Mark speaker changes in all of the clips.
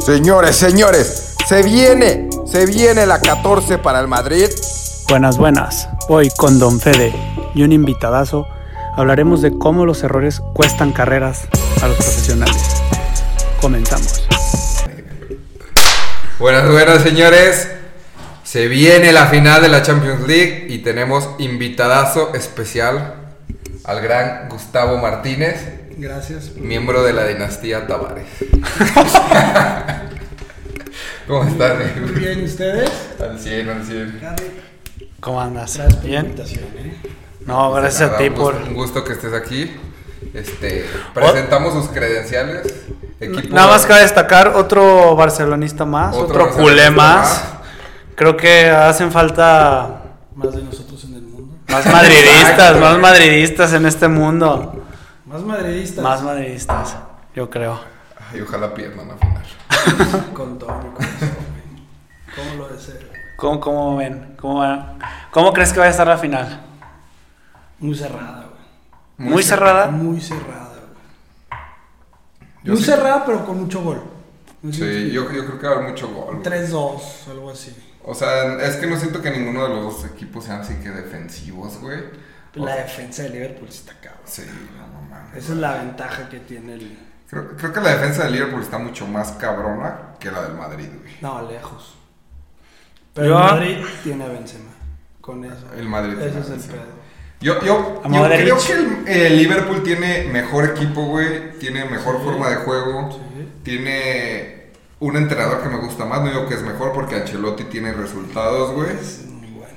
Speaker 1: Señores, señores, se viene, se viene la 14 para el Madrid.
Speaker 2: Buenas, buenas. Hoy con Don Fede y un invitadazo hablaremos de cómo los errores cuestan carreras a los profesionales. Comenzamos.
Speaker 1: Buenas, buenas, señores. Se viene la final de la Champions League y tenemos invitadazo especial al gran Gustavo Martínez,
Speaker 3: Gracias. por-
Speaker 1: miembro de la dinastía Tavares. ¿Cómo estás?
Speaker 3: Muy
Speaker 1: eh?
Speaker 3: bien, ¿y ustedes?
Speaker 1: Al 100, al 100.
Speaker 2: ¿Cómo andas?
Speaker 3: Gracias por la
Speaker 2: Bien.
Speaker 3: invitación. ¿eh?
Speaker 2: No, gracias a
Speaker 1: Nada,
Speaker 2: ti
Speaker 1: un gusto-
Speaker 2: por.
Speaker 1: Pues,
Speaker 2: Oh,
Speaker 1: Un gusto que estés aquí. Este, presentamos sus credenciales. Equipo-
Speaker 2: Nada más cabe destacar otro barcelonista más, otro,
Speaker 1: barcelonista
Speaker 2: culé más. Creo que hacen falta
Speaker 3: Más de nosotros en el mundo.
Speaker 2: más madridistas,
Speaker 1: Exacto.
Speaker 2: más madridistas en este mundo.
Speaker 3: Más madridistas.
Speaker 2: Más madridistas, yo creo.
Speaker 1: Ay, ojalá pierdan la final.
Speaker 3: Con todo mi corazón, güey. ¿Cómo lo deseo?
Speaker 2: ¿Cómo, cómo ven? ¿Cómo, van? ¿Cómo crees que va a estar la final?
Speaker 3: Muy cerrada, güey.
Speaker 2: ¿Muy, cerrada?
Speaker 3: Muy cerrada, güey.
Speaker 1: Yo
Speaker 3: Muy
Speaker 1: sí.
Speaker 3: cerrada, pero con mucho gol. No sé
Speaker 1: Sí,
Speaker 3: si-
Speaker 1: yo, yo creo que va a haber mucho gol. güey.
Speaker 3: 3-2, algo así.
Speaker 1: O sea, es que no siento que ninguno de los dos equipos sean así que defensivos, güey. O
Speaker 3: La
Speaker 1: sea,
Speaker 3: defensa de Liverpool está cabrón.
Speaker 1: Sí, no, no mames.
Speaker 3: Esa es la ventaja que tiene el.
Speaker 1: Creo, creo que la defensa de Liverpool está mucho más cabrona que la del Madrid, güey.
Speaker 3: No, lejos. Pero
Speaker 2: Yo-
Speaker 3: el Madrid tiene a Benzema. Con eso.
Speaker 1: El Madrid
Speaker 3: Ese
Speaker 1: tiene a
Speaker 3: es el
Speaker 1: Benzema.
Speaker 3: pedo.
Speaker 1: Yo, yo,
Speaker 2: A
Speaker 1: yo
Speaker 2: Modric.
Speaker 1: creo que el, el Liverpool tiene mejor equipo, güey. Tiene mejor
Speaker 3: Sí.
Speaker 1: forma de juego.
Speaker 3: Sí.
Speaker 1: Tiene un entrenador que me gusta más. No digo que es mejor porque Ancelotti tiene resultados, güey.
Speaker 3: Es muy bueno.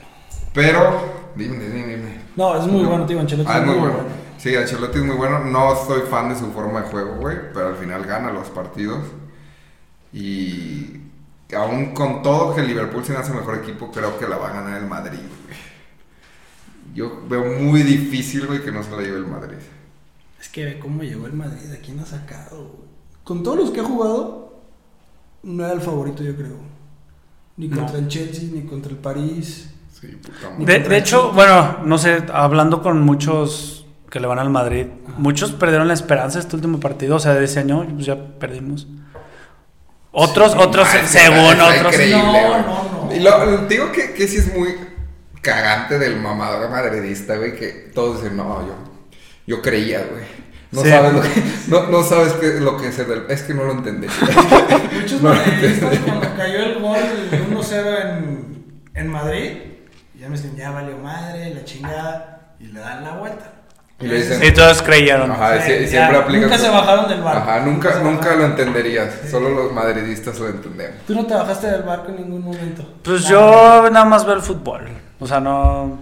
Speaker 1: Pero, dime, dime, dime.
Speaker 3: No, es muy bueno, tío. Ancelotti
Speaker 1: Ah,
Speaker 3: es
Speaker 1: es muy bueno. Sí, Ancelotti es muy bueno. No soy fan de su forma de juego, güey. Pero al final gana los partidos. Y aún con todo que el Liverpool se me hace mejor equipo, creo que la va a ganar el Madrid, güey. Yo veo muy difícil, güey, que no se la lleve el Madrid.
Speaker 3: Es que ve cómo llegó el Madrid, a quién ha sacado. güey. Con todos los que ha jugado, no era el favorito, yo creo. Ni
Speaker 2: No.
Speaker 3: contra el Chelsea, ni contra el París.
Speaker 1: Sí, puta madre.
Speaker 2: De, de hecho, bueno, no sé, hablando con muchos que le van al Madrid, muchos perdieron la esperanza este último partido, o sea, de ese año pues ya perdimos. Otros, otros,
Speaker 1: Ay,
Speaker 2: según
Speaker 1: está
Speaker 2: otros.
Speaker 1: Increíble,
Speaker 3: No,
Speaker 1: güey.
Speaker 3: no, no.
Speaker 1: Y lo- lo- te digo que, que sí es muy cagante del mamador madridista, güey, que todos dicen, no, yo, yo creía, güey. No,
Speaker 2: Sí.
Speaker 1: sabes lo que, no, no sabes qué- lo que es el... Es que no lo entendí.
Speaker 3: Muchos
Speaker 1: No,
Speaker 3: madridistas, cuando cayó el gol el 1-0 en, en Madrid, ya me dicen, ya valió madre, la chingada, y le dan la vuelta.
Speaker 1: Y le dicen-
Speaker 2: Y todos creyeron.
Speaker 1: Ajá,
Speaker 3: Sí,
Speaker 1: sí,
Speaker 3: ya,
Speaker 1: siempre aplica...
Speaker 3: nunca se bajaron del barco.
Speaker 1: Ajá,
Speaker 3: Nunca
Speaker 1: nunca,
Speaker 3: se
Speaker 1: nunca
Speaker 3: bajaron.
Speaker 1: lo entenderías. Solo los madridistas lo entendemos.
Speaker 3: Tú no te bajaste del barco en ningún momento.
Speaker 2: Pues
Speaker 3: Nada.
Speaker 2: yo nada más veo el fútbol. O sea, no.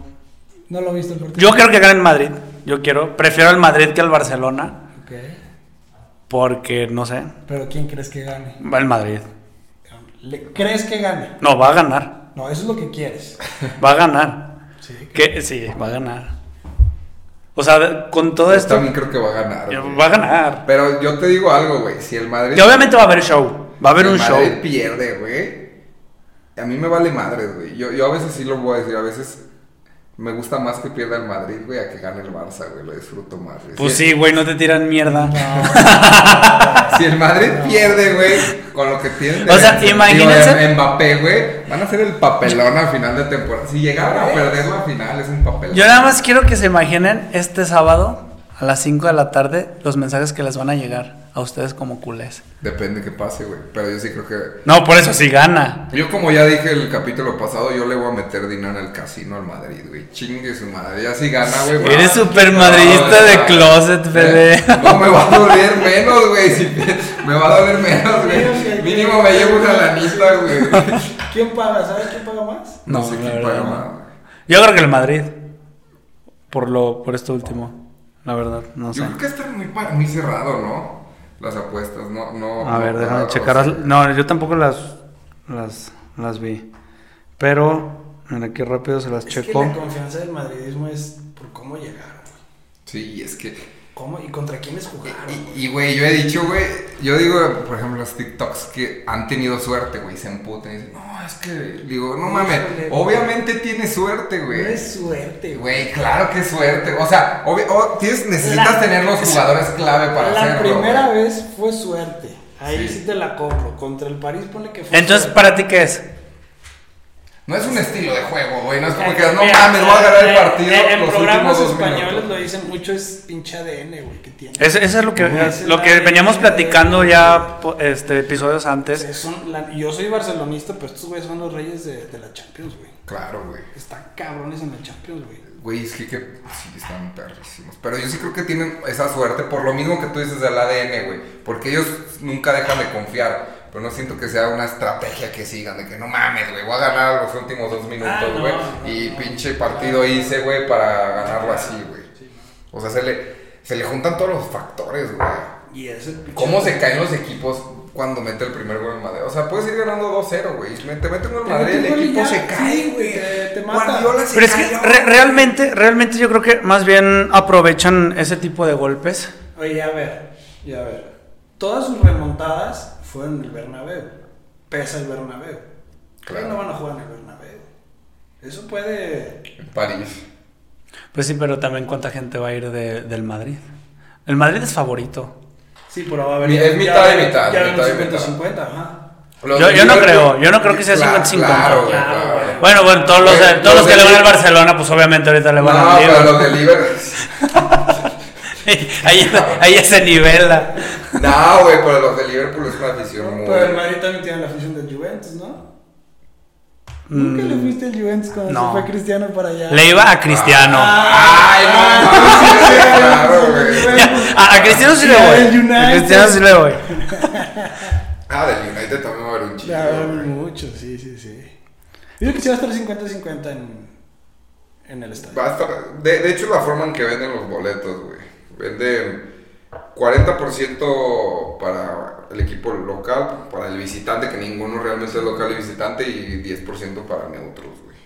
Speaker 3: No lo viste el partido.
Speaker 2: Yo creo que gane el Madrid. Yo quiero. Prefiero al Madrid que al Barcelona.
Speaker 3: Ok.
Speaker 2: Porque, no sé.
Speaker 3: Pero ¿quién crees que gane?
Speaker 2: Va el Madrid.
Speaker 3: ¿Le- ¿Crees que gane?
Speaker 2: No, va a ganar.
Speaker 3: No, eso es lo que quieres.
Speaker 2: Va a ganar.
Speaker 3: Sí.
Speaker 2: ¿Qué? Sí, va a ganar. O sea, con todo
Speaker 1: Yo
Speaker 2: esto. eh,
Speaker 1: también creo que va a ganar. güey.
Speaker 2: Va a ganar.
Speaker 1: Pero yo te digo algo, güey. Si el Madrid...
Speaker 2: Que obviamente va a haber show. Va a haber
Speaker 1: El
Speaker 2: un show.
Speaker 1: Madrid pierde, güey. A mí me vale madres, güey. Yo, yo a veces sí lo voy a decir, a veces me gusta más que pierda el Madrid, güey, a que gane el Barça, güey. Lo disfruto más, güey.
Speaker 2: Pues
Speaker 1: si,
Speaker 2: sí, güey, no te tiran mierda.
Speaker 1: Si el Madrid pierde, güey, con lo que tienen. de
Speaker 2: O sea,
Speaker 1: defensa,
Speaker 2: imagínense-
Speaker 1: digo, de Mbappé, güey, van a hacer el papelón a final de temporada. Si llegaron a perder la final, es un papelón.
Speaker 2: Yo nada más quiero que se imaginen este sábado a las 5 de la tarde los mensajes que les van a llegar a ustedes como culés.
Speaker 1: Depende que pase, güey. Pero yo sí creo que.
Speaker 2: No, por eso sí gana.
Speaker 1: Yo, como ya dije el capítulo pasado, yo le voy a meter dinero al casino al Madrid, güey. Chingue su madre. Ya si gana, güey. va.
Speaker 2: Eres super madridista de closet, bebé.
Speaker 1: No me va a doler menos, güey. si- me va a doler menos, güey. Mínimo me llevo una lanita, güey.
Speaker 3: ¿Quién paga? ¿Sabes quién paga más?
Speaker 2: No,
Speaker 1: sé
Speaker 2: la
Speaker 1: quién
Speaker 2: verdad
Speaker 1: paga
Speaker 2: no.
Speaker 1: más, güey.
Speaker 2: Yo creo que el Madrid. Por lo, por esto último. La verdad, no
Speaker 1: Yo
Speaker 2: sé.
Speaker 1: creo que está muy, pa- muy cerrado, ¿no? Las apuestas, no, no.
Speaker 2: A
Speaker 1: no,
Speaker 2: ver,
Speaker 1: no,
Speaker 2: déjame
Speaker 1: no,
Speaker 2: checar.
Speaker 1: o sea,
Speaker 2: las- No, yo tampoco las, las, las vi. Pero, mira, aquí rápido se las
Speaker 3: Es
Speaker 2: checo.
Speaker 3: que la confianza del madridismo es por cómo llegaron. güey.
Speaker 1: Sí, es que.
Speaker 3: ¿Cómo y contra quiénes jugaron?
Speaker 1: Y- Y, güey, yo he dicho, güey, yo digo, por ejemplo, los TikToks que han tenido suerte, güey, se emputan y dicen, no, es que, digo, no mames,
Speaker 3: Híjole, güey.
Speaker 1: obviamente tienes suerte,
Speaker 3: No
Speaker 1: güey.
Speaker 3: es suerte, güey.
Speaker 1: Güey, claro que suerte. O sea, obvi- o- tienes, necesitas
Speaker 3: La-
Speaker 1: tener los jugadores clave para
Speaker 3: La
Speaker 1: hacerlo.
Speaker 3: primera
Speaker 1: güey.
Speaker 3: vez fue suerte. Ahí
Speaker 1: Sí.
Speaker 3: sí. te la compro. Contra el París pone que fue.
Speaker 2: Entonces, ¿para ti qué es?
Speaker 1: No es un estilo de juego, güey. No es como que
Speaker 3: Eh,
Speaker 1: no
Speaker 3: mira,
Speaker 1: mames, voy a agarrar el
Speaker 3: eh,
Speaker 1: partido.
Speaker 3: eh, En
Speaker 1: los
Speaker 3: programas
Speaker 1: últimos dos
Speaker 3: españoles
Speaker 1: minutos.
Speaker 3: lo dicen mucho, es pinche ADN, güey, que tiene.
Speaker 2: Es- Eso es lo que,
Speaker 3: Esa es
Speaker 2: lo
Speaker 3: la
Speaker 2: que
Speaker 3: idea.
Speaker 2: veníamos platicando ya po- este, episodios
Speaker 3: O sea,
Speaker 2: antes.
Speaker 3: son la- yo soy barcelonista, pero estos güeyes son los reyes de, de la Champions, güey.
Speaker 1: Claro, güey.
Speaker 3: Están cabrones en la Champions, güey.
Speaker 1: Güey, es que, que sí, están perrísimos. Pero yo sí creo que tienen esa suerte, por lo mismo que tú dices del ADN, güey. Porque ellos nunca dejan de confiar. Pero no siento que sea una estrategia que sigan, de que no mames, güey, voy a ganar los últimos dos
Speaker 3: Ah,
Speaker 1: minutos,
Speaker 3: no,
Speaker 1: güey.
Speaker 3: no,
Speaker 1: y
Speaker 3: no.
Speaker 1: pinche partido hice, güey, para ganarlo así, güey. O sea, se le, se le juntan todos los factores, güey.
Speaker 3: Y es el pinche-
Speaker 1: ¿Cómo se caen los equipos cuando mete el primer gol en Madrid? O sea, puedes ir ganando 2-0, güey. Me- Te meten gol en
Speaker 3: Te
Speaker 1: Madrid,
Speaker 3: meten
Speaker 1: el
Speaker 3: gol y
Speaker 1: equipo
Speaker 3: ya,
Speaker 1: se cae,
Speaker 3: sí,
Speaker 1: güey.
Speaker 3: te- te mata.
Speaker 1: Guardiola se
Speaker 2: Pero es que
Speaker 1: cayó,
Speaker 2: re-
Speaker 1: güey.
Speaker 2: realmente, realmente yo creo que más bien aprovechan ese tipo de golpes.
Speaker 3: Oye, a ver, y a ver. Todas sus remontadas fueron en el Bernabéu. Pesa el Bernabéu. Creo
Speaker 1: Claro.
Speaker 3: que no van a jugar en el Bernabéu. Eso puede...
Speaker 1: En París.
Speaker 2: Pues sí, pero también cuánta gente va a ir de- del Madrid. El Madrid es favorito.
Speaker 3: Sí, pero va a haber...
Speaker 1: Mi- es
Speaker 3: ya-
Speaker 1: mitad
Speaker 3: ya-
Speaker 1: y mitad,
Speaker 3: Ya
Speaker 1: mitad y
Speaker 3: ven
Speaker 1: mitad.
Speaker 3: 50-50, ajá.
Speaker 1: Los
Speaker 2: Yo-
Speaker 1: de
Speaker 2: yo no
Speaker 1: Liverpool-
Speaker 2: creo, yo no creo que sea
Speaker 1: Cla-
Speaker 2: 50-50.
Speaker 1: Claro, güey,
Speaker 3: Claro,
Speaker 1: claro.
Speaker 3: güey.
Speaker 2: Bueno, bueno, todos los,
Speaker 1: Güey,
Speaker 2: todos los que
Speaker 1: de
Speaker 2: le van al
Speaker 1: Liverpool-
Speaker 2: Barcelona, pues obviamente ahorita le van
Speaker 1: No,
Speaker 2: al
Speaker 1: pero los
Speaker 2: Liverpool.
Speaker 1: de Liverpool.
Speaker 2: ahí, ahí se nivela.
Speaker 1: No, güey, pero los de Liverpool es una afición muy.
Speaker 3: Pero el Madrid también tiene la afición del Juventus, ¿no? Nunca le fuiste al Juventus cuando
Speaker 2: Mm. no.
Speaker 3: se fue Cristiano para allá.
Speaker 2: Le iba a Cristiano.
Speaker 1: Ay, no, mames,
Speaker 3: Ah,
Speaker 1: claro, güey.
Speaker 2: A, a Cristiano sí le voy. A Cristiano sí le voy.
Speaker 1: Ah, del United también va a haber un chido.
Speaker 3: Ya,
Speaker 1: güey.
Speaker 3: mucho, sí, sí, sí. Yo creo que sí va a estar 50-50 en, en el estadio.
Speaker 1: Va a estar- de, de hecho, la forma en que venden los boletos, güey. Venden 40% para el equipo local, para el visitante, que ninguno realmente es local y visitante, y 10% para neutros, güey.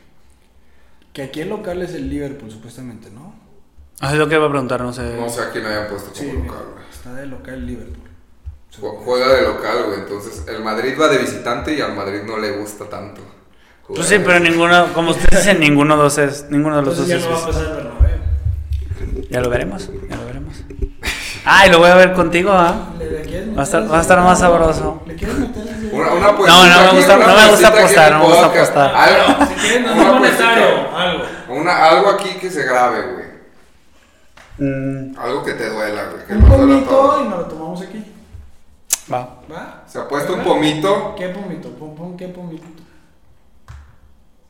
Speaker 3: Que aquí el local es el Liverpool, supuestamente, ¿no?
Speaker 2: Ah, Es lo que iba a preguntar, no sé.
Speaker 1: No sé a quién hayan puesto como local, güey.
Speaker 3: está de local el Liverpool.
Speaker 1: Ju- Juega de local, güey. Entonces, el Madrid va de visitante y al Madrid no le gusta tanto. jugar
Speaker 2: Pues sí,
Speaker 1: de
Speaker 2: pero
Speaker 1: visitante.
Speaker 2: ninguno, como ustedes dicen, ninguno de los es, ninguno de los
Speaker 3: Entonces
Speaker 2: dos
Speaker 3: ya
Speaker 2: es.
Speaker 3: no va a
Speaker 2: visitante.
Speaker 3: pasar el Bernabéu.
Speaker 2: Ya lo veremos, ya lo veremos. Ah, y lo voy a ver contigo, ¿ah?
Speaker 3: ¿Le- le quieres meter
Speaker 2: Va a estar-
Speaker 3: ese-
Speaker 2: va a estar más sabroso.
Speaker 3: ¿Le quieres meter ese-
Speaker 1: Una, una
Speaker 2: no me
Speaker 1: apuestita aquí,
Speaker 2: gusta-
Speaker 1: una
Speaker 2: no me gusta
Speaker 1: apuestita aquí en
Speaker 2: apostar,
Speaker 1: el
Speaker 2: no me gusta
Speaker 1: podcast.
Speaker 2: apostar.
Speaker 1: Algo,
Speaker 3: Si quieres, no
Speaker 1: una
Speaker 3: es
Speaker 1: apuestita,
Speaker 3: monetario, algo.
Speaker 1: una- algo aquí que se grabe, güey.
Speaker 2: Mm,
Speaker 1: Algo que te duela, güey. Que
Speaker 3: Un
Speaker 1: nos duela a
Speaker 3: pomito
Speaker 1: todos.
Speaker 3: y nos lo tomamos aquí.
Speaker 2: va.
Speaker 3: ¿Va?
Speaker 1: Se ha puesto un pomito.
Speaker 3: ¿Qué pomito? Pum, pum, ¿Qué pomito?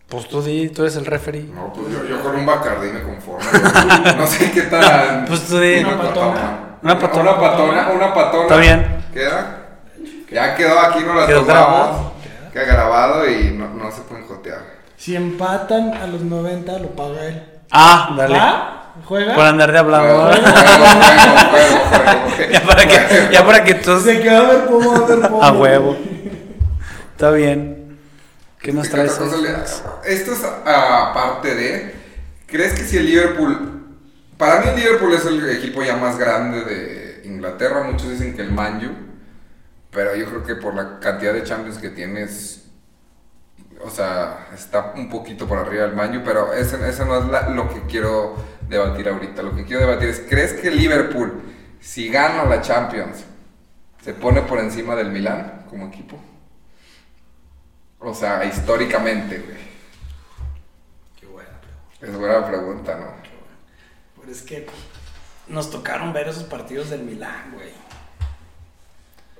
Speaker 2: Pues tú di, tú eres el referee.
Speaker 1: No, pues yo, yo con un bacardí me conformo. güey. No sé qué tan.
Speaker 2: No, pues tú di-
Speaker 1: Una
Speaker 3: Una
Speaker 1: patona.
Speaker 3: patona.
Speaker 2: Una patona.
Speaker 1: Una patona. Una patona.
Speaker 2: Está bien.
Speaker 1: ¿Queda? Ya quedó aquí, no la
Speaker 2: Quedó
Speaker 1: tomamos. Queda grabado y no, no se pueden jotear.
Speaker 3: Si empatan a los 90, lo paga él.
Speaker 2: Ah, dale.
Speaker 3: ¿Va? ¿Juega?
Speaker 2: Por andar de
Speaker 1: Juego,
Speaker 3: Ah.
Speaker 2: hablando.
Speaker 1: juego, juego, juego, juego.
Speaker 2: ya para que, ya para que todos.
Speaker 3: Se quedó a ver cómo va a ver cómo.
Speaker 2: A huevo. Está bien. ¿Qué nos
Speaker 1: ¿Qué
Speaker 2: traes?
Speaker 1: otra cosa
Speaker 2: hoy?
Speaker 1: le- Esto es aparte de. ¿Crees que si el Liverpool. Para mí, el Liverpool es el equipo ya más grande de Inglaterra. Muchos dicen que el Man U. Pero yo creo que por la cantidad de Champions que tienes. O sea, está un poquito por arriba del Man U. Pero eso, eso no es la- lo que quiero debatir ahorita. Lo que quiero debatir es: ¿crees que el Liverpool, si gana la Champions, se pone por encima del Milán como equipo? O sea, históricamente, güey.
Speaker 3: Qué bueno, pero-
Speaker 1: Es buena pregunta, ¿no?
Speaker 3: pero es que nos tocaron ver esos partidos del Milán, güey.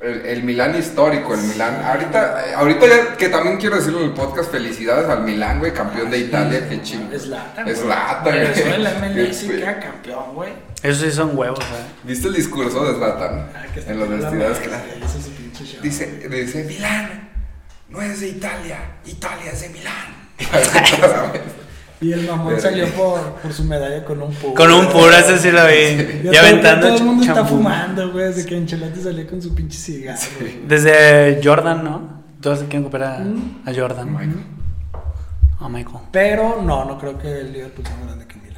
Speaker 1: El, el Milán histórico, el Milán. Ahorita, eh, ahorita ya, que también quiero decirlo en el podcast, felicidades al Milán, güey, campeón de Italia, qué chingo.
Speaker 3: Ah, Es lata.
Speaker 1: Es lata, Ah, güey.
Speaker 3: Regresó de la MLS y
Speaker 1: Güey.
Speaker 3: queda campeón, güey.
Speaker 2: Eso sí son huevos, ¿eh?
Speaker 1: ¿Viste el discurso de Zlatan?
Speaker 3: Ah, que está
Speaker 1: En los
Speaker 3: la
Speaker 1: vestidos,
Speaker 3: madre,
Speaker 1: claro.
Speaker 3: güey, hizo su pinche show.
Speaker 1: Dice, dice, Milán, no es de Italia, Italia es de Milán.
Speaker 3: Y el mamón
Speaker 1: Pero-
Speaker 3: salió por, por su medalla con un puro.
Speaker 2: Con un puro, ese sí lo vi.
Speaker 3: Ya
Speaker 2: Y aventando
Speaker 3: Todo el mundo está
Speaker 2: champú.
Speaker 3: fumando, güey. Desde que Ancelotti salió con su pinche cigarro. güey.
Speaker 2: Desde Jordan, ¿no? Todos se quieren copiar
Speaker 3: Mm.
Speaker 2: a, a Jordan.
Speaker 1: Michael.
Speaker 2: A Michael.
Speaker 3: Pero no, no creo que el Liverpool sea más grande que el Milán.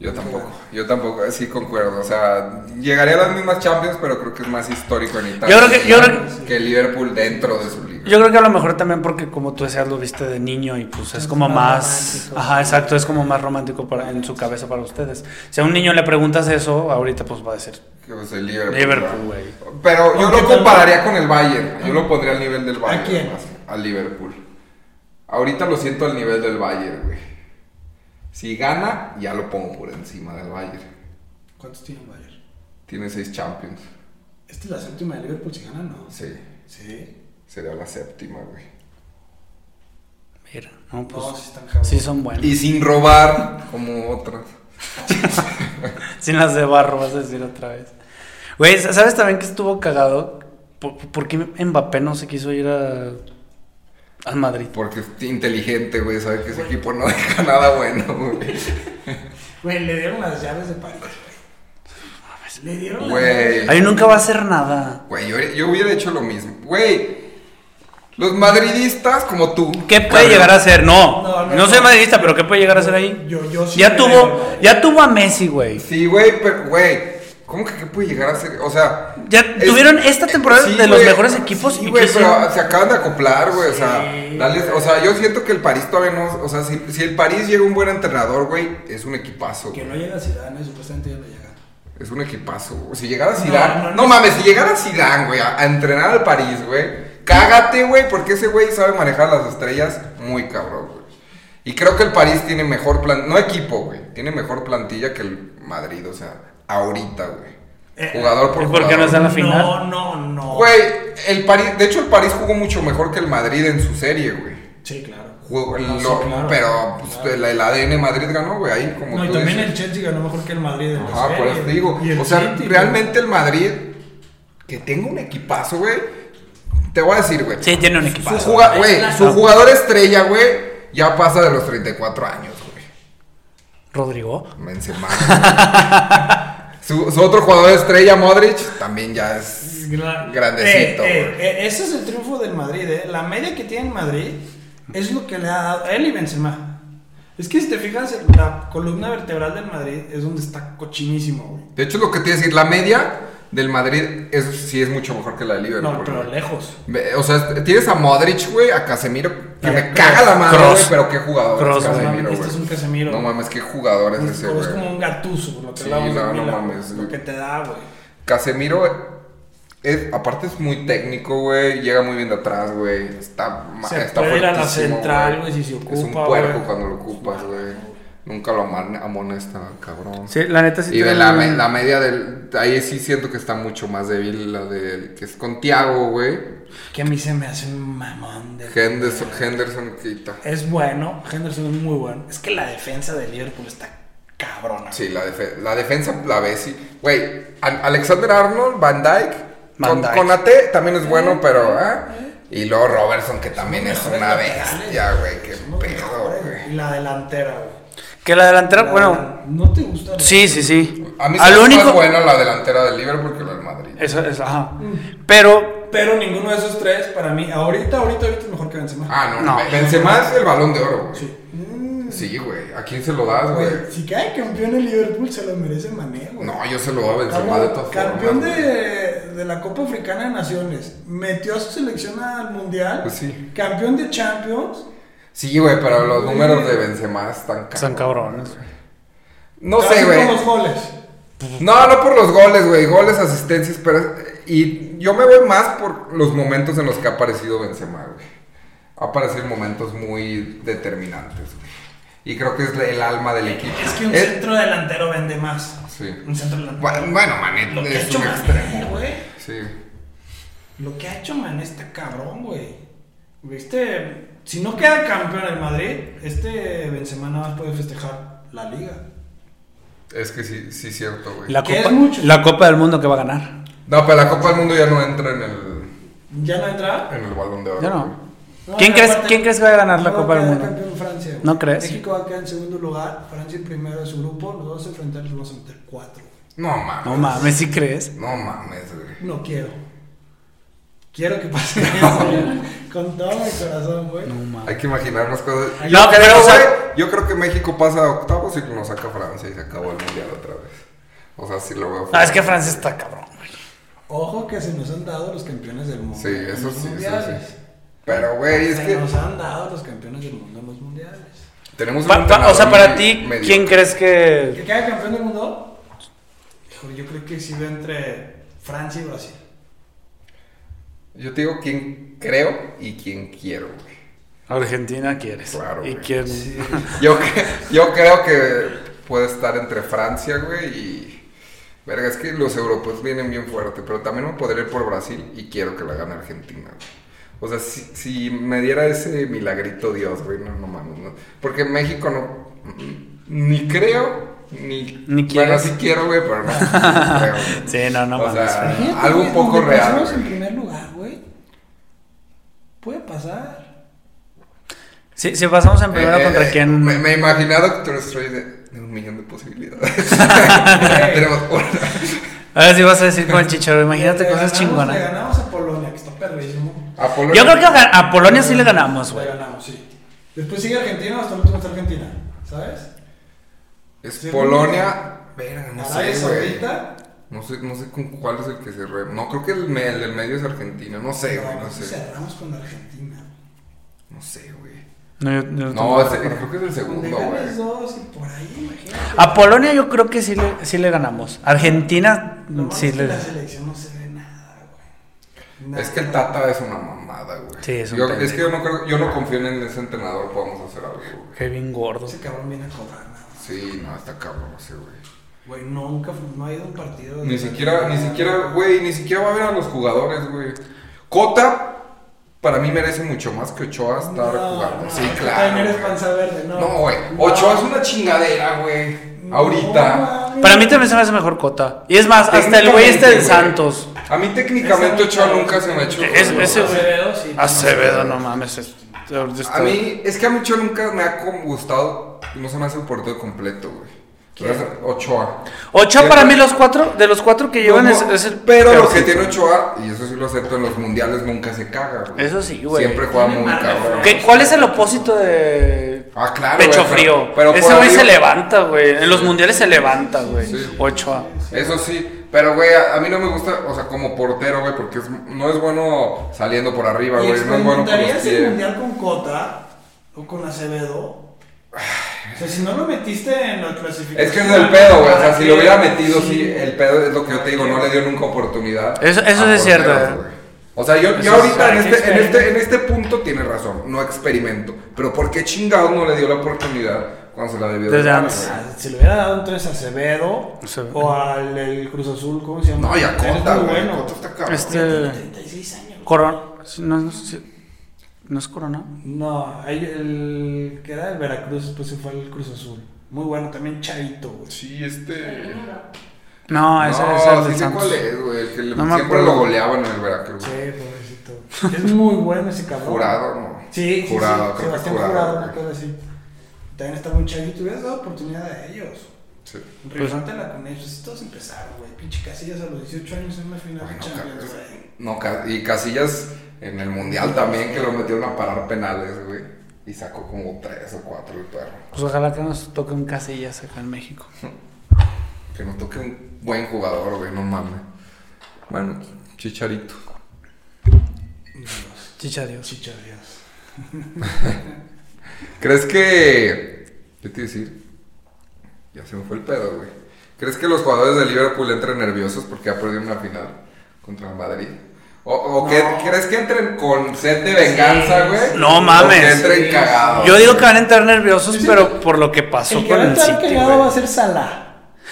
Speaker 1: Yo tampoco, yo tampoco, sí concuerdo. O sea, llegaría a las mismas Champions, pero creo que es más histórico en Italia
Speaker 2: Yo creo que- yo creo
Speaker 1: que Liverpool dentro de su liga.
Speaker 2: Yo creo que a lo mejor también porque como tú decías lo viste de niño y pues es
Speaker 3: Es
Speaker 2: como
Speaker 3: más
Speaker 2: más,
Speaker 3: romántico.
Speaker 2: ajá, exacto, es como más romántico para, en su cabeza para ustedes. Si a un niño le preguntas eso, ahorita pues va a decir
Speaker 1: Que pues, el Liverpool.
Speaker 2: Liverpool,
Speaker 1: ¿verdad?
Speaker 2: güey.
Speaker 1: Pero yo
Speaker 3: Aunque
Speaker 1: lo
Speaker 3: también-
Speaker 1: compararía con el Bayern. Yo lo pondría al nivel del Bayern.
Speaker 3: quién?
Speaker 1: más que- Al Liverpool. Ahorita lo siento al nivel del Bayern, güey. Si gana, ya lo pongo por encima del Bayern.
Speaker 3: ¿Cuántos tiene el Bayern?
Speaker 1: Tiene seis Champions.
Speaker 3: Esta es la séptima de Liverpool si gana, ¿no?
Speaker 1: Sí.
Speaker 3: Sí.
Speaker 1: Sería la séptima, güey.
Speaker 2: Mira, no, pues
Speaker 3: No, sí están cabrones.
Speaker 2: sí son buenos.
Speaker 1: Y sin robar, como otras.
Speaker 2: Sin las de barro, vas a decir otra vez. Güey, ¿sabes también que estuvo cagado? ¿Por, por qué Mbappé no se quiso ir a, al Madrid?
Speaker 1: Porque es inteligente, güey. Sabe que ese equipo no deja nada bueno, güey.
Speaker 3: Güey, le dieron las llaves de París, güey. Le dieron
Speaker 1: Güey.
Speaker 2: Ahí nunca va a hacer nada.
Speaker 1: Güey, yo, yo hubiera hecho lo mismo. Güey, los madridistas como tú.
Speaker 2: ¿Qué puede
Speaker 1: cabrón,
Speaker 2: llegar a ser? No, no,
Speaker 3: No, no,
Speaker 2: soy
Speaker 3: no.
Speaker 2: madridista, pero ¿qué puede llegar a ser ahí?
Speaker 3: Yo- yo sí
Speaker 2: ya
Speaker 3: creo.
Speaker 2: tuvo, ya tuvo a Messi, güey.
Speaker 1: Sí, güey, pero, güey. ¿Cómo que qué puede llegar a ser? O sea. eh,
Speaker 2: Ya tuvieron esta temporada
Speaker 1: sí,
Speaker 2: de los
Speaker 1: güey,
Speaker 2: mejores equipos
Speaker 1: Sí,
Speaker 2: y
Speaker 1: güey,
Speaker 2: quisieron-
Speaker 1: pero se acaban de acoplar, güey. O sea,
Speaker 3: Sí.
Speaker 1: dale- o sea, yo siento que el París todavía no. O sea, si, si el París llega un buen entrenador, güey, es un equipazo.
Speaker 3: Que
Speaker 1: güey.
Speaker 3: no llega a Zidane, supuestamente ya lo llega.
Speaker 1: Es un equipazo. güey. Si llegara
Speaker 3: No,
Speaker 1: Zidane, no,
Speaker 3: no, no.
Speaker 1: mames, si llegara Zidane, güey, a, a entrenar al París, güey. Cágate, güey, porque ese güey sabe manejar las estrellas muy cabrón, güey. Y creo que el París tiene mejor plan, no equipo, güey, tiene mejor plantilla que el Madrid, o sea, ahorita, güey.
Speaker 3: Eh,
Speaker 1: Jugador por
Speaker 2: ¿y por
Speaker 1: jugador.
Speaker 2: qué no está la
Speaker 3: No,
Speaker 2: final?
Speaker 3: no, no.
Speaker 1: Güey, el París, de hecho el París jugó mucho mejor que el Madrid en su serie, güey.
Speaker 3: Sí, claro.
Speaker 1: Jugó-
Speaker 3: No, Ah, sí,
Speaker 1: lo-
Speaker 3: claro.
Speaker 1: pero pues,
Speaker 3: Claro.
Speaker 1: el, el ADN Madrid ganó, güey, ahí como
Speaker 3: No, y
Speaker 1: tú
Speaker 3: también
Speaker 1: dices.
Speaker 3: el Chelsea ganó mejor que el Madrid. en la
Speaker 1: Ajá,
Speaker 3: serie.
Speaker 1: por eso te digo.
Speaker 3: Y el
Speaker 1: O sea,
Speaker 3: City, güey.
Speaker 1: realmente el Madrid, que tenga un equipazo, güey. Te voy a decir, güey.
Speaker 2: Sí, tiene un
Speaker 1: su,
Speaker 2: equipazo. Ah,
Speaker 1: juga- güey,
Speaker 3: Es
Speaker 1: su
Speaker 2: la-
Speaker 1: jugador estrella, güey, ya pasa de los 34 años, güey.
Speaker 2: Rodrigo.
Speaker 1: Benzema. güey. su, su otro jugador estrella, Modric, también ya es
Speaker 3: pues, Gra-
Speaker 1: grandecito,
Speaker 3: Eh, eh,
Speaker 1: güey.
Speaker 3: eh, ese es el triunfo del Madrid, eh. La media que tiene en Madrid es lo que le ha dado él y Benzema. Es que si te fijas, la columna vertebral del Madrid es donde está cochinísimo, güey.
Speaker 1: De hecho, lo que te iba a decir, la media del Madrid es, sí es mucho mejor que la de Liverpool.
Speaker 3: No, pero
Speaker 1: güey.
Speaker 3: lejos.
Speaker 1: Ve- O sea, tienes a Modric, güey, a Casemiro, que
Speaker 2: Eh,
Speaker 1: me caga la madre,
Speaker 2: Kroos.
Speaker 1: güey, pero qué jugador
Speaker 2: Kroos,
Speaker 1: es
Speaker 2: güey.
Speaker 1: Casemiro,
Speaker 3: Este
Speaker 1: güey.
Speaker 3: es un Casemiro.
Speaker 1: No mames, qué jugador es
Speaker 3: Es,
Speaker 1: ese,
Speaker 3: como-
Speaker 1: güey.
Speaker 3: Pues, es como un gatuso, por lo que
Speaker 1: Sí,
Speaker 3: hablamos de
Speaker 1: no, no
Speaker 3: Milan,
Speaker 1: mames, güey.
Speaker 3: Lo que te da, güey.
Speaker 1: Casemiro, es- aparte es muy técnico, güey, llega muy bien de atrás, güey. Está, ma-
Speaker 3: Se
Speaker 1: está
Speaker 3: puede ir a la
Speaker 1: fuertísimo,
Speaker 3: central, güey, si
Speaker 1: Es
Speaker 3: se ocupa,
Speaker 1: un puerco
Speaker 3: güey.
Speaker 1: cuando lo ocupas, güey. Nunca lo aman- amonesta, cabrón.
Speaker 2: Sí, la neta sí.
Speaker 1: Y ve
Speaker 2: tiene-
Speaker 1: la, me- la media del... Ahí sí siento que está mucho más débil la del... Que es con Tiago, güey.
Speaker 3: Que a mí se me hace un mamón de.
Speaker 1: Henderson, Henderson quita.
Speaker 3: Es bueno, Henderson es muy bueno. Es que la defensa de Liverpool está cabrona.
Speaker 1: Sí, la, defe- la defensa la ves, sí. Güey, Al- Alexander Arnold, Van Dyke,
Speaker 2: Van
Speaker 1: con,
Speaker 2: Dijk.
Speaker 1: con AT también es
Speaker 3: Mm,
Speaker 1: bueno, pero. ¿ah? Y luego Robertson, que también es
Speaker 3: Mejores
Speaker 1: una
Speaker 3: laterales,
Speaker 1: bestia, güey. Qué
Speaker 3: Son los
Speaker 1: pedo,
Speaker 3: mejores,
Speaker 1: güey.
Speaker 3: Y la delantera, güey.
Speaker 2: Que la delantera,
Speaker 3: La
Speaker 2: Ah, bueno,
Speaker 3: delan- ¿No te gusta? la-
Speaker 2: sí, sí, sí.
Speaker 1: A mí se
Speaker 2: Al
Speaker 1: me hace
Speaker 2: único...
Speaker 1: más buena la delantera del Liverpool que la del Madrid.
Speaker 2: Eso es, ajá.
Speaker 3: Mm.
Speaker 2: Pero
Speaker 3: Pero ninguno de esos tres, para mí, ahorita, ahorita, ahorita es mejor que Benzema.
Speaker 1: Ah, no,
Speaker 2: No.
Speaker 1: no. Benzema es el balón de oro, güey.
Speaker 3: Sí. Mm,
Speaker 1: Sí, güey. ¿A quién se lo das, güey?
Speaker 3: güey, si cae campeón el Liverpool, se lo merece Mané, güey.
Speaker 1: No, yo se lo doy a Benzema
Speaker 3: Cabrón,
Speaker 1: de todas formas.
Speaker 3: campeón
Speaker 1: güey.
Speaker 3: de, de la Copa Africana de Naciones. Metió a su selección al Mundial.
Speaker 1: Pues sí.
Speaker 3: Campeón de Champions.
Speaker 1: Sí, güey, pero los números de Benzema están cabrones.
Speaker 2: son cabrones.
Speaker 1: No
Speaker 3: Casi
Speaker 1: sé,
Speaker 3: con
Speaker 1: güey.
Speaker 3: los goles.
Speaker 1: No, no por los goles, güey. Goles, asistencias, pero. Y yo me voy más por los momentos en los que ha aparecido Benzema, güey. Ha aparecido en momentos muy determinantes, güey. Y creo que es la- el alma del equipo.
Speaker 3: Es que un
Speaker 1: Eh,
Speaker 3: centro delantero vende más.
Speaker 1: Sí.
Speaker 3: Un centro delantero.
Speaker 1: Bu- Bueno, Mané
Speaker 3: Lo que ha
Speaker 1: es
Speaker 3: hecho
Speaker 1: un
Speaker 3: Mané,
Speaker 1: extremo.
Speaker 3: güey.
Speaker 1: Sí.
Speaker 3: Lo que ha hecho Mané está cabrón, güey. Viste, si no queda campeón el Madrid, este Benzema nada más puede festejar la liga.
Speaker 1: Es que sí, sí, es cierto, güey.
Speaker 2: La
Speaker 3: Que es
Speaker 2: copa,
Speaker 3: mucho.
Speaker 2: la copa del mundo que va a ganar.
Speaker 1: No, pero la Copa del Mundo ya no entra en el.
Speaker 3: ¿Ya no entra?
Speaker 1: En el balón de oro.
Speaker 2: Ya
Speaker 1: güey.
Speaker 2: no. ¿Quién crees- quién crees que va a ganar la Copa del Mundo?
Speaker 3: Campeón Francia, güey.
Speaker 2: ¿No crees?
Speaker 3: México va a quedar en segundo lugar, Francia primero de su grupo, los dos se enfrentan, los dos se meter cuatro.
Speaker 1: No mames.
Speaker 2: No mames, ¿sí crees?
Speaker 1: No mames, güey.
Speaker 3: No quiero. Quiero que pase eso. Con todo mi corazón, güey.
Speaker 2: No mames.
Speaker 1: Hay que imaginarnos cosas.
Speaker 2: No,
Speaker 1: Yo, creo,
Speaker 2: pero, o sea-
Speaker 1: güey, yo creo que México pasa a octavos y nos saca Francia y se acabó el mundial otra vez. O sea, si lo veo.
Speaker 2: Ah, es que Francia está cabrón, güey.
Speaker 3: Ojo que se nos han dado los campeones del mundo.
Speaker 1: Sí,
Speaker 3: en
Speaker 1: eso
Speaker 3: los
Speaker 1: sí, eso
Speaker 3: mundiales.
Speaker 1: sí. Pero, güey, es
Speaker 3: se
Speaker 1: que
Speaker 3: nos han dado los campeones del mundo en los mundiales.
Speaker 1: tenemos. un
Speaker 2: Pa- pa- o sea,
Speaker 1: entrenador
Speaker 2: para
Speaker 1: muy
Speaker 2: ti,
Speaker 1: mediocre.
Speaker 2: ¿quién crees que.?
Speaker 3: ¿Que queda campeón del mundo? Híjole, yo creo que sí veo entre Francia y Brasil.
Speaker 1: Yo te digo quién creo y quién quiero, güey.
Speaker 2: Argentina quieres.
Speaker 1: Claro,
Speaker 2: ¿Y
Speaker 1: güey.
Speaker 2: quién?
Speaker 1: Yo, cre- yo creo que puede estar entre Francia, güey, y. Verga, es que los europeos vienen bien fuerte, pero también me podría ir por Brasil y quiero que la gane Argentina, güey. O sea, si, si me diera ese milagrito Dios, güey, no, no mames. no. Porque México no. Ni creo, ni.
Speaker 2: Ni
Speaker 1: Bueno,
Speaker 2: quieres.
Speaker 1: sí quiero, güey, pero no. no creo, güey.
Speaker 2: Sí, no, no
Speaker 1: O
Speaker 2: mames.
Speaker 1: sea,
Speaker 2: Fran.
Speaker 3: Imagínate,
Speaker 1: algo
Speaker 3: güey,
Speaker 1: un poco
Speaker 3: donde
Speaker 1: real,
Speaker 3: pasamos en
Speaker 1: güey.
Speaker 3: primer lugar, güey. Puede pasar.
Speaker 2: Si, si pasamos en primero
Speaker 1: Eh,
Speaker 2: contra
Speaker 1: eh,
Speaker 2: quién.
Speaker 1: Me, me he imaginado Doctor Strange de, de un millón de posibilidades. Tenemos una.
Speaker 2: A ver si vas a decir con el chicharo. Imagínate
Speaker 3: Le
Speaker 2: cosas
Speaker 3: ganamos- Le
Speaker 2: chingonas.
Speaker 3: ganamos a Polonia, que está perrísimo.
Speaker 1: A Polonia.
Speaker 2: Yo creo que a, Ga- a Polonia sí le ganamos, güey.
Speaker 3: Le ganamos, sí. Después sigue Argentina, hasta el último está Argentina, ¿sabes?
Speaker 1: Es
Speaker 3: Sí,
Speaker 1: Polonia. Verga, no
Speaker 3: Arabia
Speaker 1: sé, güey.
Speaker 3: Saudita.
Speaker 1: No sé, no sé con cuál es el que se re... No, creo que el, me- el del medio es Argentina. No sé, güey, no sé.
Speaker 3: Cerramos con Argentina.
Speaker 1: No sé, güey.
Speaker 2: No, yo- yo
Speaker 1: No,
Speaker 2: tampoco
Speaker 1: es-
Speaker 2: recuerdo.
Speaker 1: creo que es el
Speaker 3: Donde
Speaker 1: segundo, güey.
Speaker 3: ganes dos y por ahí, imagínate.
Speaker 2: A Polonia yo creo que sí le, sí le ganamos. Argentina mm,
Speaker 3: Lo malo
Speaker 2: sí
Speaker 3: es que
Speaker 2: le.
Speaker 3: la selección no se ve nada, güey. Nada.
Speaker 1: Es que el Tata es una mamada, güey.
Speaker 2: Sí, es un
Speaker 1: yo, Es
Speaker 2: pendejo.
Speaker 1: que yo no, creo, yo no confío en ese entrenador, podemos hacer algo, güey.
Speaker 2: Qué bien gordo.
Speaker 3: Ese cabrón viene a cobrar nada.
Speaker 1: Sí, no, está cabrón, no sé, güey.
Speaker 3: Güey, nunca fu- no ha ido a un partido. de-
Speaker 1: Ni siquiera, ni siquiera, güey, ni siquiera va a ver a los jugadores, güey. Cota, para mí merece mucho más que Ochoa estar
Speaker 3: No,
Speaker 1: jugando.
Speaker 3: no,
Speaker 1: sí,
Speaker 3: tú
Speaker 1: claro.
Speaker 3: También eres
Speaker 1: güey.
Speaker 3: panza verde, ¿no?
Speaker 1: No, güey.
Speaker 3: No.
Speaker 1: Ochoa es una chingadera, güey.
Speaker 3: No,
Speaker 1: Ahorita.
Speaker 3: mames.
Speaker 2: Para mí también se me hace mejor Cota. Y es más, hasta el güey este
Speaker 1: Técnicamente,
Speaker 2: del
Speaker 1: güey.
Speaker 2: Santos.
Speaker 1: A mí técnicamente Ochoa nunca se me ha hecho.
Speaker 2: Es-
Speaker 1: güey.
Speaker 2: ese-
Speaker 3: Acevedo, sí.
Speaker 2: Acevedo, no mames. es-
Speaker 1: A mí, es que a mí Ochoa nunca me ha como gustado. No se me hace un portero completo, güey. Ochoa.
Speaker 2: Ochoa
Speaker 1: Siempre-
Speaker 2: para mí los cuatro, de los cuatro que llevan
Speaker 1: No,
Speaker 2: es,
Speaker 1: no,
Speaker 2: es el
Speaker 1: pero lo que
Speaker 2: peorcito.
Speaker 1: tiene Ochoa, y eso sí lo acepto, en los mundiales nunca se caga, güey.
Speaker 2: Eso sí, güey.
Speaker 1: Siempre juega muy cabrón.
Speaker 2: ¿Qué- ¿Cuál es el opósito de
Speaker 1: Ah, claro.
Speaker 2: pecho
Speaker 1: güey,
Speaker 2: frío?
Speaker 1: pero- pero
Speaker 2: Ese
Speaker 1: por
Speaker 2: güey
Speaker 1: ahí-
Speaker 2: se levanta, güey. En los mundiales se levanta, güey.
Speaker 1: Sí.
Speaker 2: Ochoa.
Speaker 1: Eso sí, pero güey, a, a mí no me gusta, o sea, como portero, güey, porque es- no es bueno saliendo por arriba,
Speaker 3: ¿Y
Speaker 1: güey, no es bueno por los
Speaker 3: experimentarías el
Speaker 1: pies.
Speaker 3: mundial con Cota o con Acevedo? O sea, si no lo metiste en la clasificación.
Speaker 1: Es que ese es el pedo, güey. O sea, si lo hubiera metido, sí, el pedo es lo que yo te digo, no le dio nunca oportunidad.
Speaker 2: Eso- eso
Speaker 1: a
Speaker 2: sí es cierto,
Speaker 1: porteros,
Speaker 2: eh.
Speaker 1: güey. O sea, yo, yo
Speaker 2: Eso sí.
Speaker 1: ahorita en
Speaker 2: Hay que
Speaker 1: este, en, este, en este punto tiene razón, no experimento. Pero ¿por qué chingados no le dio la oportunidad cuando se la debió de
Speaker 2: Desde
Speaker 1: dar,
Speaker 2: antes.
Speaker 1: güey?
Speaker 3: Si le hubiera dado entonces a Acevedo
Speaker 2: Acevedo.
Speaker 3: o al el Cruz Azul, ¿cómo se llama?
Speaker 1: No, ya
Speaker 3: Él es
Speaker 1: Cota,
Speaker 3: muy
Speaker 1: güey.
Speaker 3: bueno.
Speaker 1: Cota está cabrón.
Speaker 2: Este.
Speaker 3: 36 años.
Speaker 2: Corona. No, no sé si- ¿no es Corona.
Speaker 3: No, ahí el que era el Veracruz, después se fue al Cruz Azul. Muy bueno, también Chavito, güey.
Speaker 1: Sí, este.
Speaker 2: No, ese
Speaker 1: no,
Speaker 2: es el del
Speaker 1: sí sé
Speaker 2: Santos.
Speaker 1: cuál es, güey. el que le-
Speaker 2: No me
Speaker 1: siempre
Speaker 2: acuerdo.
Speaker 1: lo goleaban en el Veracruz.
Speaker 3: Sí, pobrecito. Es muy bueno ese cabrón.
Speaker 1: Jurado, no.
Speaker 3: Sí, sí,
Speaker 1: Jurado,
Speaker 3: sí.
Speaker 1: creo que
Speaker 3: Sebastián
Speaker 1: jurado,
Speaker 3: Jurado,
Speaker 1: güey.
Speaker 3: una cosa así. También está muy chavito. Hubieras dado oportunidad a ellos.
Speaker 1: Sí.
Speaker 2: Pues
Speaker 3: Rifántela con ellos. Así todos empezaron, güey. Pinche Casillas a los 18 años en una final de
Speaker 1: Bueno,
Speaker 3: Champions,
Speaker 1: ca-
Speaker 3: güey.
Speaker 1: No, ca- y Casillas en el Mundial también, que lo metieron a parar penales, güey. Y sacó como tres o cuatro el perro.
Speaker 2: Pues ojalá que nos toque un casillas acá en México.
Speaker 1: Que nos toque un buen jugador, güey, no mames. Bueno, Chicharito.
Speaker 2: Chicha Dios.
Speaker 3: Chicha Dios.
Speaker 1: ¿Crees que... ¿Qué te iba a decir? Ya se me fue el pedo, güey. ¿Crees que los jugadores de Liverpool entren nerviosos porque ha perdido una final contra el Madrid? ¿O, o que- crees que entren con sed de venganza, güey?
Speaker 2: No
Speaker 1: ¿O que
Speaker 2: mames.
Speaker 1: entren cagados.
Speaker 2: Yo digo que van a entrar nerviosos, pero por lo que pasó
Speaker 3: El que
Speaker 2: con
Speaker 3: va a
Speaker 2: el
Speaker 3: estar
Speaker 2: City.
Speaker 3: cagado va a
Speaker 2: güey.
Speaker 3: ser Salah.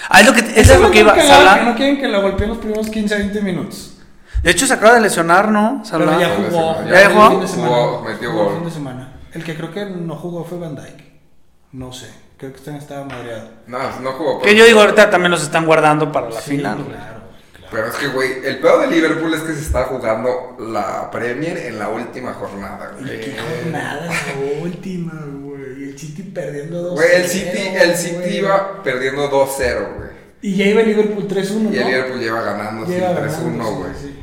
Speaker 2: Ah, es lo que, eso es lo que iba.
Speaker 3: Que
Speaker 2: Salah.
Speaker 3: no quieren que lo golpeen los primeros 15 a 20 minutos.
Speaker 2: De hecho, se acaba de lesionar, ¿no?
Speaker 3: Pero
Speaker 2: Salah.
Speaker 3: ya jugó.
Speaker 1: Ya
Speaker 3: el
Speaker 2: jugó.
Speaker 3: fin de semana.
Speaker 1: Jugó, metió
Speaker 3: Jugó el
Speaker 1: gol.
Speaker 3: fin de semana. El que creo que no jugó fue Van Dyke. No sé. Creo que también estaba madreado.
Speaker 1: No, no jugó.
Speaker 2: Que yo digo, ahorita también los están guardando para la
Speaker 3: Sí,
Speaker 2: final. güey.
Speaker 3: Claro, güey,
Speaker 1: Pero es que, güey, el pedo de Liverpool es que se está jugando la Premier en la última jornada,
Speaker 3: claro.
Speaker 1: güey.
Speaker 3: Qué jornada la última, güey. El City perdiendo 2
Speaker 1: Güey, el City, el City iba perdiendo 2-0, güey.
Speaker 3: Y ya iba el Liverpool 3-1, ¿no?
Speaker 1: Y el Liverpool lleva ganando sí,
Speaker 3: Lleva ganando,
Speaker 1: 3-1,
Speaker 3: sí,
Speaker 1: güey.
Speaker 3: sí.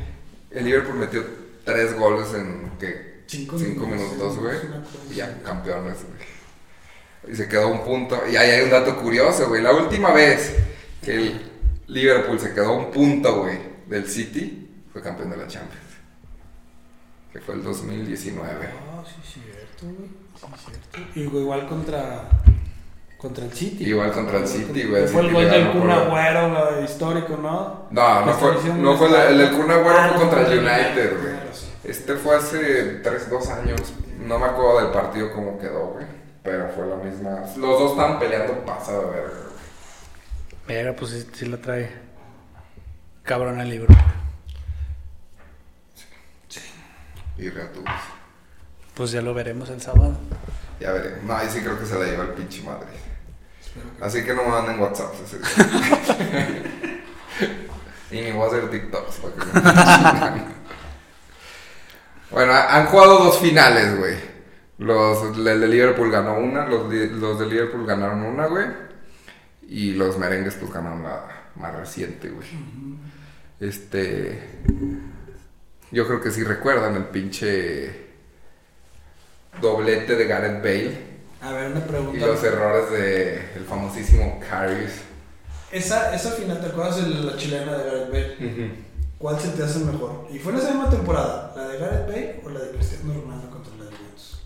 Speaker 1: El Liverpool metió 3 goles en que
Speaker 3: Cinco,
Speaker 1: Cinco minutos, güey.
Speaker 3: es una cosa.
Speaker 1: Y ya, campeones, güey. Y se quedó un punto. Y ahí hay un dato curioso, güey. La última vez que el Liverpool se quedó un punto, güey, del City, fue campeón de la Champions. Que fue el 2019.
Speaker 3: Ah, sí, es cierto, güey. Sí, es cierto. Y güey, igual contra. Contra el City.
Speaker 1: Igual contra el City, güey.
Speaker 3: Fue el
Speaker 1: City
Speaker 3: gol
Speaker 1: le
Speaker 3: del
Speaker 1: ganó
Speaker 3: Kun
Speaker 1: por-
Speaker 3: Agüero, güey, histórico, ¿no?
Speaker 1: No, no
Speaker 3: La
Speaker 1: fue,
Speaker 3: selección
Speaker 1: no fue la- el del Kun Agüero
Speaker 3: Ah,
Speaker 1: fue
Speaker 3: no,
Speaker 1: contra el
Speaker 3: fue el
Speaker 1: United,
Speaker 3: United,
Speaker 1: güey.
Speaker 3: claro, sí.
Speaker 1: Este fue hace 3, 2 años. No me acuerdo del partido cómo quedó, güey. Pero fue la misma. Los dos estaban peleando pasado, verga, güey.
Speaker 2: Verga, pues sí, sí la trae. Cabrón el libro.
Speaker 1: Y reatubos.
Speaker 2: Pues ya lo veremos el sábado.
Speaker 1: Ya veré. No, ahí sí creo que se la lleva el pinche madre.
Speaker 3: Espero que-
Speaker 1: Así que no me manden WhatsApp. y ni voy a hacer TikToks. para que no me chingan. bueno, ha- han jugado dos finales, güey. Los, el de Liverpool ganó una, los, li- los de Liverpool ganaron una, güey. Y los merengues pues ganaron la más reciente, güey. Este... Yo creo que sí recuerdan el pinche doblete de Gareth Bale.
Speaker 3: A ver, una
Speaker 1: Y
Speaker 3: pregunta.
Speaker 1: los errores de el famosísimo Carries.
Speaker 3: Esa, esa final, ¿te acuerdas de la chilena de Gareth Bale? ¿Cuál se te hace mejor? ¿Y fue en esa misma temporada? ¿La de Gareth Bale o la de Cristiano Ronaldo contra la de Juventus?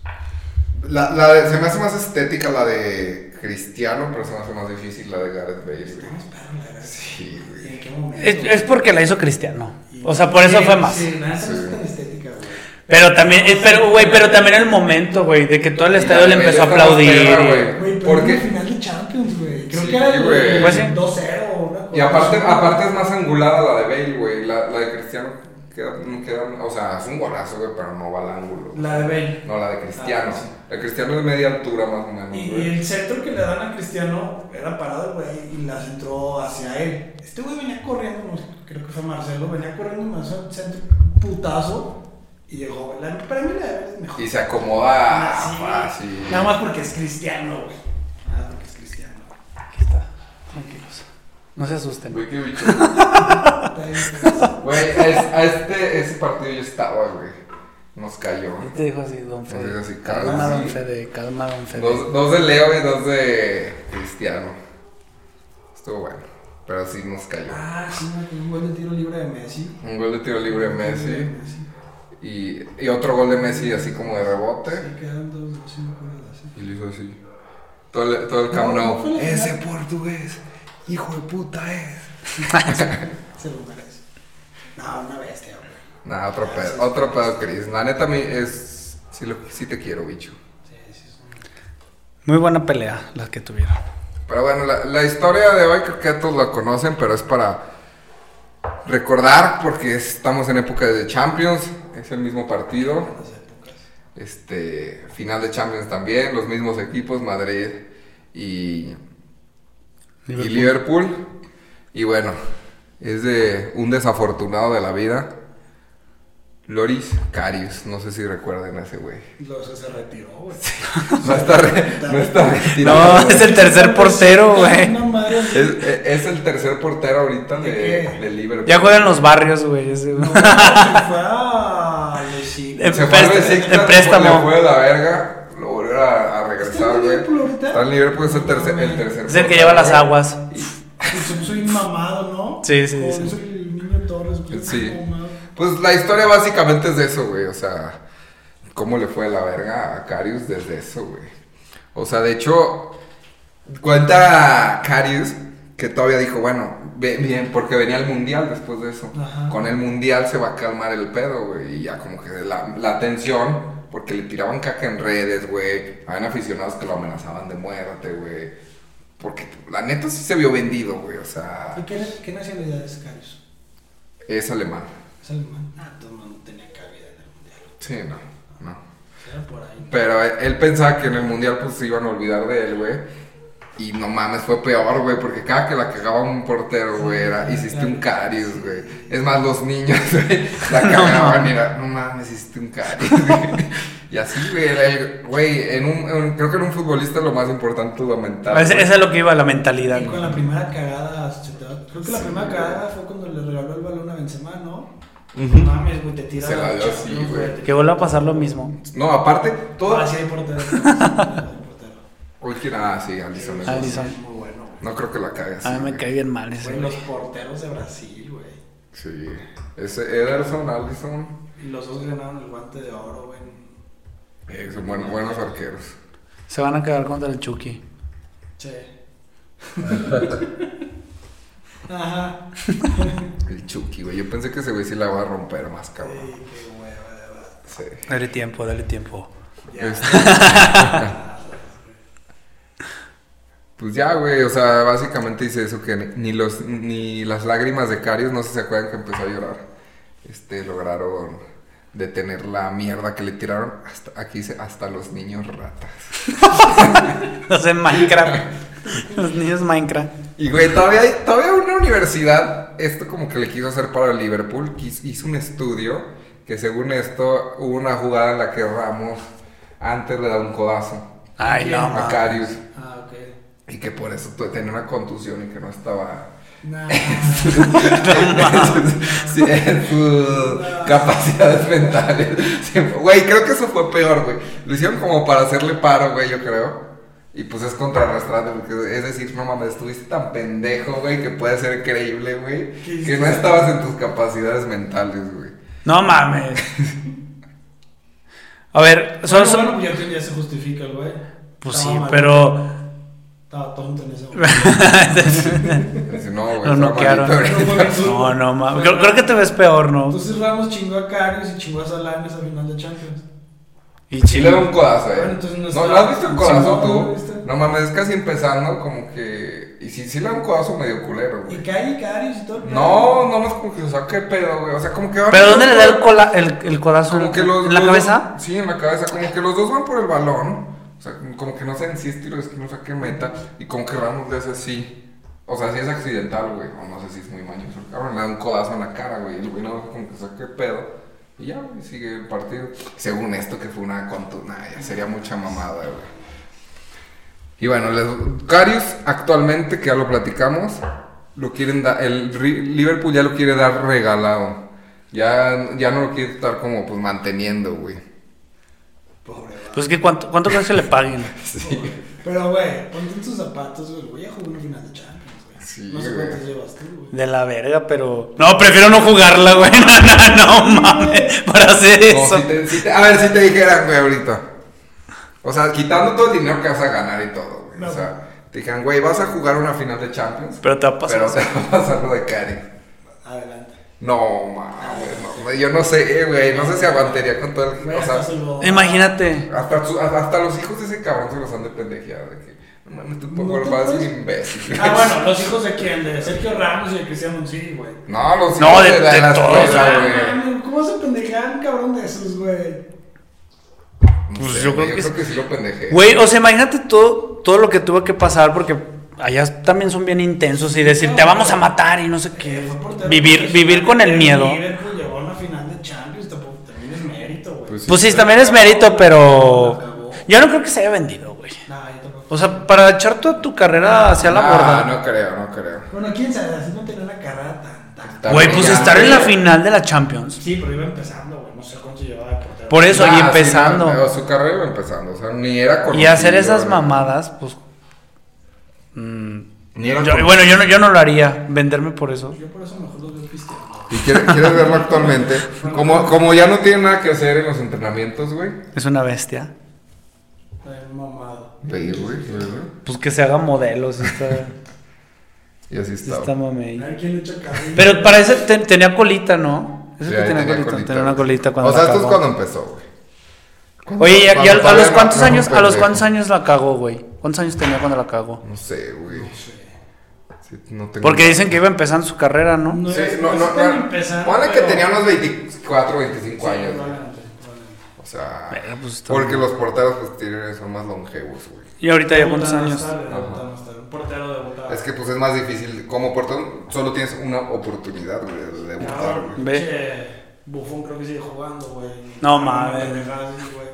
Speaker 1: La, la de- se me hace más estética la de Cristiano, pero se me hace más difícil la de Gareth Bale, güey.
Speaker 3: Estamos perros Pues, la de Gareth
Speaker 1: Sí,
Speaker 3: Bale.
Speaker 1: güey.
Speaker 3: ¿Y en qué momento?
Speaker 2: Es, es porque la hizo Cristiano. O sea, por eso
Speaker 3: Sí,
Speaker 2: fue más.
Speaker 3: Sí, nada, esa no
Speaker 1: Sí.
Speaker 3: es tan estética, güey.
Speaker 2: Pero también, eh, pero, güey, pero también el momento, güey, de que todo el
Speaker 1: Y
Speaker 2: estadio le
Speaker 1: la de
Speaker 2: empezó a
Speaker 1: Bale está más
Speaker 2: aplaudir.
Speaker 1: perra,
Speaker 2: y-
Speaker 1: güey.
Speaker 3: Güey, pero
Speaker 1: ¿Por
Speaker 3: era
Speaker 1: qué?
Speaker 3: una final de Champions, güey. Creo
Speaker 1: Sí,
Speaker 3: que era el
Speaker 1: güey.
Speaker 2: Pues sí.
Speaker 3: 2-0 o una cosa.
Speaker 1: Y aparte, aparte es más angulada la de Bale, güey. La, la de Cristiano queda, no queda- o sea, es un golazo, güey, pero no va al ángulo. güey.
Speaker 3: La de Bale.
Speaker 1: No, la de Cristiano.
Speaker 3: Ah, sí.
Speaker 1: La de Cristiano es media altura más o menos,
Speaker 3: Y,
Speaker 1: güey.
Speaker 3: y el centro que le dan a Cristiano era parado, güey, y la centró hacia él. Este güey venía corriendo, no, creo que fue Marcelo, venía corriendo y Marcelo al centro, putazo, y llegó. La, para mí la de Bale es mejor.
Speaker 1: Y se acomoda
Speaker 3: Ah, sí.
Speaker 1: fácil.
Speaker 3: Nada más porque es cristiano, güey. Nada más porque es cristiano.
Speaker 2: Aquí está. Tranquilos. No se asusten.
Speaker 1: Güey, qué bicho.
Speaker 3: Está bien,
Speaker 1: Güey, es- a este, ese partido yo estaba, güey. Nos cayó.
Speaker 2: ¿Qué te dijo así, don Fede?
Speaker 1: dijo así,
Speaker 2: calma,
Speaker 1: calma,
Speaker 2: don
Speaker 1: sí.
Speaker 2: Fede, calma, don Fede.
Speaker 1: Dos, dos de Leo y dos de Cristiano. Estuvo bueno. Pero sí nos
Speaker 3: pero-
Speaker 1: cayó.
Speaker 3: Ah, sí, me acuerdo, un gol de tiro libre de Messi.
Speaker 1: Un gol de tiro libre de Messi.
Speaker 3: Sí,
Speaker 1: Y, y otro gol de Messi así como de rebote.
Speaker 3: quedan dos, no sé, me acuerdo de ese.
Speaker 1: Y lo hizo así. Todo el, todo el Camp Nou.
Speaker 3: No, fue la final.
Speaker 1: portugués. Hijo de puta es.
Speaker 3: Se lo merece. No, una bestia, güey.
Speaker 1: Nah, otro pedo. Otro pedo, Chris. La neta a mí es... Sí, lo- sí te quiero, bicho.
Speaker 3: Sí, sí, es un-
Speaker 2: Muy buena pelea la que tuvieron.
Speaker 1: Pero bueno, la, la historia de hoy creo que todos la conocen, pero es para recordar porque estamos en época de Champions, es el mismo partido,
Speaker 3: las épocas.
Speaker 1: este final de Champions también, los mismos equipos, Madrid y y Liverpool. Y bueno, es de un desafortunado de la vida, Loris Karius, no sé si recuerden a ese güey.
Speaker 3: Lo- se- se retiró, güey.
Speaker 1: No está, re- no está retirado,
Speaker 2: No,
Speaker 1: güey.
Speaker 2: es el tercer portero,
Speaker 3: Es
Speaker 2: güey.
Speaker 3: una madre así.
Speaker 1: Es, e, es el tercer portero ahorita
Speaker 3: ¿De
Speaker 1: de,
Speaker 3: qué?
Speaker 1: de Liverpool.
Speaker 2: Ya juegan los barrios, güey. ese,
Speaker 3: No,
Speaker 2: güey.
Speaker 3: se fue a Leipzig.
Speaker 2: Eh,
Speaker 1: Se fue al
Speaker 2: Presta-
Speaker 1: Besiktas,
Speaker 2: en préstamo.
Speaker 1: Le fue de la verga, lo volvieron a, a
Speaker 3: ¿Está
Speaker 1: regresar,
Speaker 3: en
Speaker 1: güey.
Speaker 3: Liverpool ahorita?
Speaker 1: Está en Liverpool, es el tercer, el tercer
Speaker 2: Es el que
Speaker 1: portero,
Speaker 2: lleva las
Speaker 1: güey.
Speaker 2: aguas.
Speaker 3: Soy- Soy mamado, ¿no?
Speaker 2: Sí, sí,
Speaker 3: Como
Speaker 2: sí.
Speaker 3: Soy el niño Torres. pues,
Speaker 1: Sí.
Speaker 3: mamado.
Speaker 1: Pues la historia básicamente es de eso, güey. O sea, cómo le fue la verga a Carius desde eso, güey. O sea, de hecho, cuenta Carius que todavía dijo, bueno, ve- bien, porque venía el mundial después de eso.
Speaker 3: Ajá.
Speaker 1: Con el mundial se va a calmar el pedo, güey. Y ya como que la, la tensión, porque le tiraban caca en redes, güey. Habían aficionados que lo amenazaban de muerte, güey. Porque la neta sí se vio vendido, güey. O
Speaker 3: ¿Y
Speaker 1: sea,
Speaker 3: qué, qué nacionalidad es Karius?
Speaker 1: es alemán.
Speaker 3: Es alemán. Ah, todo el mundo tenía cabida en el mundial.
Speaker 1: Sí, no, no.
Speaker 3: Era por ahí.
Speaker 1: Pero él pensaba que en el mundial pues se iban a olvidar de él, güey. Y no mames, fue peor, güey, porque cada que la cagaba un portero, güey, era, hiciste un carius, güey. Es más, los niños, güey, la cagaban y era, no mames, hiciste un carius, güey. Y así, güey, era el- güey, en un, en- creo que en un futbolista lo más importante es lo mental.
Speaker 2: Ese-
Speaker 1: güey.
Speaker 2: Esa es lo que iba, la mentalidad.
Speaker 3: Y con la primera cagada, se te va- creo que la
Speaker 1: Sí,
Speaker 3: primera
Speaker 1: güey.
Speaker 3: cagada fue cuando le regaló el balón a Benzema, ¿no? No mames, güey, te tira
Speaker 1: Se la dio
Speaker 3: Champions,
Speaker 1: así, güey.
Speaker 2: Que vuelva a pasar lo mismo.
Speaker 1: No, aparte,
Speaker 3: Todo
Speaker 2: Ah,
Speaker 1: todas.
Speaker 3: así de portero. así de portero.
Speaker 1: Hoy gira. Ah, sí, Alisson. es-
Speaker 2: Alisson.
Speaker 3: Es muy bueno, güey.
Speaker 1: No creo que la cague así.
Speaker 2: A mí me
Speaker 1: güey.
Speaker 2: cae bien mal ese.
Speaker 3: Güey,
Speaker 2: güey.
Speaker 3: los porteros de Brasil, güey.
Speaker 1: Sí. Ese Ederson, Alisson.
Speaker 3: Y los dos ganaron el guante de oro, güey.
Speaker 1: eh, son buen- buenos arqueros.
Speaker 2: Se van a quedar contra el Chucky.
Speaker 3: Che. Ajá.
Speaker 1: El Chucky, güey. Yo pensé que ese güey sí la va a romper más,
Speaker 3: Sí,
Speaker 1: cabrón.
Speaker 3: qué hueva, de verdad.
Speaker 1: Sí. Este.
Speaker 2: Dale tiempo, dale tiempo.
Speaker 3: Ya.
Speaker 1: Pues ya, güey, o sea, básicamente dice eso que ni- ni los ni las lágrimas de Carius, no sé si se acuerdan que empezó a llorar. Este lograron detener la mierda que le tiraron hasta aquí dice hasta los niños ratas.
Speaker 2: No sé, Minecraft. Los niños Minecraft.
Speaker 1: Y güey, todavía hay- todavía una universidad esto como que le quiso hacer para Liverpool, quis- hizo un estudio que según esto hubo una jugada en la que Ramos antes le da un codazo
Speaker 2: Ay, no,
Speaker 1: a
Speaker 2: ma.
Speaker 1: Carius
Speaker 3: Ah, ok.
Speaker 1: y que por eso tu- tenía una contusión y que no estaba
Speaker 3: Nah.
Speaker 1: Sí, en sus capacidades mentales. Sí, Güey, creo que eso fue peor, güey. Lo hicieron como para hacerle paro, güey, yo creo. Y pues es contrarrestante, porque es decir, no mames, estuviste tan pendejo, güey, que puede ser creíble, güey,
Speaker 3: ¿Qué
Speaker 1: que no
Speaker 3: hiciste?
Speaker 1: estabas en tus capacidades mentales, güey.
Speaker 2: No mames. A ver, solo-
Speaker 3: Bueno,
Speaker 2: solo-
Speaker 3: bueno, pues ya, ya se justifica el güey.
Speaker 2: pues
Speaker 3: Estaba
Speaker 2: sí,
Speaker 3: mal.
Speaker 2: pero.
Speaker 3: Estaba tonto en ese momento.
Speaker 2: no,
Speaker 1: Dice, no, güey,
Speaker 2: Lo
Speaker 1: está
Speaker 2: noquearon.
Speaker 1: malito, güey.
Speaker 2: no mames. Creo, creo que te ves peor, ¿no?
Speaker 3: Entonces Ramos chingó a Karius y chingó a Salah en esa final de Champions.
Speaker 2: Y
Speaker 1: Sí le da un codazo, eh.
Speaker 3: Bueno, entonces no
Speaker 1: no,
Speaker 3: está-
Speaker 1: ¿no has visto el
Speaker 3: sí,
Speaker 1: codazo
Speaker 3: no,
Speaker 1: tú?
Speaker 3: no lo he visto.
Speaker 1: No mames, es casi empezando como que... Y sí, sí le da un codazo medio culero,
Speaker 3: Y
Speaker 1: güey.
Speaker 3: cae y Karius y todo el pedo.
Speaker 1: No, no más como que, o sea, qué pedo, güey. O sea, como que va.
Speaker 2: ¿Pero dónde le da el, cola- el, el codazo?
Speaker 1: Como que los.
Speaker 2: ¿En la
Speaker 1: los
Speaker 2: cabeza?
Speaker 1: dos- sí, en la cabeza. Como que los dos van por el balón. O sea, como que no sé en sí es tiro de esquina, no sé qué meta. Y como que Ramos le hace así. O sea, sí es accidental, güey. O no sé si es muy mañoso. el Cabrón, le da un codazo en la cara, güey. Y el güey no, como que, o sea, qué pedo. Y ya, güey, sigue el partido. Según esto, que fue una contunada. Ya sería mucha mamada, güey. Y bueno, les- Karius actualmente, que ya lo platicamos, lo quieren dar, el Ri- Liverpool ya lo quiere dar regalado. Ya, ya no lo quiere estar como pues manteniendo, güey.
Speaker 3: Pobre güey.
Speaker 2: Pues que cuánto, cuánto crees que le paguen.
Speaker 3: Pero, güey, ponte en tus zapatos, güey. Voy a jugar una final de Champions, güey.
Speaker 1: Sí,
Speaker 3: no sé
Speaker 1: güey.
Speaker 3: cuántas llevas tú, güey.
Speaker 2: De la verga, pero. No, prefiero no jugarla, güey. No, no, no mames. Para hacer
Speaker 1: No,
Speaker 2: eso.
Speaker 1: si te- si te- a ver si te dijeran, güey, ahorita. O sea, quitando todo el dinero que vas a ganar y todo, güey. O
Speaker 3: No.
Speaker 1: sea, te dijeran, güey, vas a jugar una final de Champions,
Speaker 2: Pero te va a pasar.
Speaker 1: pero te va a pasar lo de Karius.
Speaker 3: Adelante.
Speaker 1: No, mames, no, güey, yo no sé, eh, güey, no sé si aguantaría con todo el...
Speaker 3: Güey,
Speaker 1: O sea,
Speaker 3: hasta se lo-
Speaker 2: Em- Imagínate.
Speaker 1: Hasta, su- hasta- hasta los hijos de ese cabrón se los han de pendejear. De que, no mames, tú poco
Speaker 3: No
Speaker 1: lo
Speaker 3: te
Speaker 1: vas a
Speaker 3: puedes-
Speaker 1: un imbécil.
Speaker 3: Ah, bueno, ¿los hijos de quién? De Sergio Ramos y de Cristiano sí, güey.
Speaker 1: No, los hijos
Speaker 2: No, de-
Speaker 1: la-
Speaker 2: de
Speaker 1: la
Speaker 2: todos,
Speaker 1: escuela,
Speaker 2: ah,
Speaker 1: güey.
Speaker 3: Mames, ¿Cómo se pendejaban un cabrón de esos, güey?
Speaker 1: No
Speaker 2: Pues
Speaker 1: sé,
Speaker 2: yo creo
Speaker 1: güey,
Speaker 2: que
Speaker 1: yo creo que sí lo pendejé.
Speaker 2: Güey, o sea, imagínate todo, todo lo que tuvo que pasar porque allá también son bien intensos y decir, te vamos a matar y no sé
Speaker 3: Que
Speaker 2: qué.
Speaker 3: fue portero
Speaker 2: Vivir,
Speaker 3: profesional
Speaker 2: vivir con el
Speaker 3: del
Speaker 2: miedo.
Speaker 3: Liverpool llegó a una final de Champions, tampoco también es mérito, güey.
Speaker 1: Pues
Speaker 2: Pues sí, también es mérito, pero. Yo no creo que se haya vendido, güey.
Speaker 3: Nah, yo tampoco.
Speaker 2: O sea, para echar toda tu carrera hacia la
Speaker 1: Ah,
Speaker 2: borda.
Speaker 1: no creo, no creo.
Speaker 3: Bueno, quién sabe, así no tenía una carrera tan, tan.
Speaker 1: Está
Speaker 2: Güey,
Speaker 1: bien,
Speaker 2: pues
Speaker 1: ya,
Speaker 2: estar en la
Speaker 1: güey.
Speaker 2: final de la Champions.
Speaker 3: Sí, pero iba empezando, güey. No sé cuánto llevaba de portero.
Speaker 2: Por eso,
Speaker 1: Ah,
Speaker 2: y
Speaker 1: sí,
Speaker 2: empezando.
Speaker 1: no, su carrera iba empezando, o sea, ni era conocido.
Speaker 2: y hacer esas
Speaker 1: ¿no?
Speaker 2: mamadas, pues. mm,
Speaker 1: Ni era
Speaker 2: yo-
Speaker 1: conocido.
Speaker 2: bueno, yo no, yo no lo haría, venderme por eso.
Speaker 3: Yo por eso mejor los veo cristianos.
Speaker 1: Y quieres, quieres verlo actualmente. Como, como ya no tiene nada que hacer en los entrenamientos, güey.
Speaker 2: Es una bestia.
Speaker 3: Está bien mamado.
Speaker 1: Veí, güey, ¿verdad?
Speaker 2: Pues que se haga modelos, está,
Speaker 1: Y así estaba.
Speaker 2: está mamey.
Speaker 3: A ver quién le echa cabello.
Speaker 2: Pero para ese te- tenía colita, ¿no? Ese
Speaker 1: Sí,
Speaker 2: que
Speaker 1: ahí
Speaker 2: tenía, colita, tenía una colita cuando
Speaker 1: O sea,
Speaker 2: la
Speaker 1: esto es
Speaker 2: cagó.
Speaker 1: cuando empezó, güey. Cuando-
Speaker 2: Oye, ¿y a, y a-
Speaker 1: cuando
Speaker 2: a
Speaker 1: todavía
Speaker 2: los
Speaker 1: no-
Speaker 2: cuántos
Speaker 1: no era un
Speaker 2: años, a los
Speaker 1: pendejo.
Speaker 2: cuántos años la cagó, güey? ¿Cuántos años tenía cuando la cagó?
Speaker 1: No sé, güey.
Speaker 3: No sé.
Speaker 1: Sí, no tengo
Speaker 2: Porque dicen que iba empezando su carrera, ¿no?
Speaker 3: No
Speaker 1: Sí,
Speaker 3: es-
Speaker 1: no,
Speaker 3: es
Speaker 1: no,
Speaker 3: tan
Speaker 1: no.
Speaker 3: Pues empezando,
Speaker 1: Ponle que
Speaker 3: pero-
Speaker 1: tenía unos 24, 25
Speaker 3: Sí,
Speaker 1: años. güey.
Speaker 3: probablemente, probablemente.
Speaker 1: O sea,
Speaker 2: Verga, pues, está
Speaker 1: porque
Speaker 2: bien.
Speaker 1: los porteros pues tienen son más longevos, güey.
Speaker 2: Y ahorita ya cuántos años.
Speaker 3: Un portero debutado.
Speaker 1: Es que pues es más difícil. Como portero solo tienes una oportunidad, güey, de debutar, güey.
Speaker 2: Ve.
Speaker 3: Ve. Bufón creo que sigue jugando, güey.
Speaker 2: No mames.
Speaker 3: Pendejadas, güey.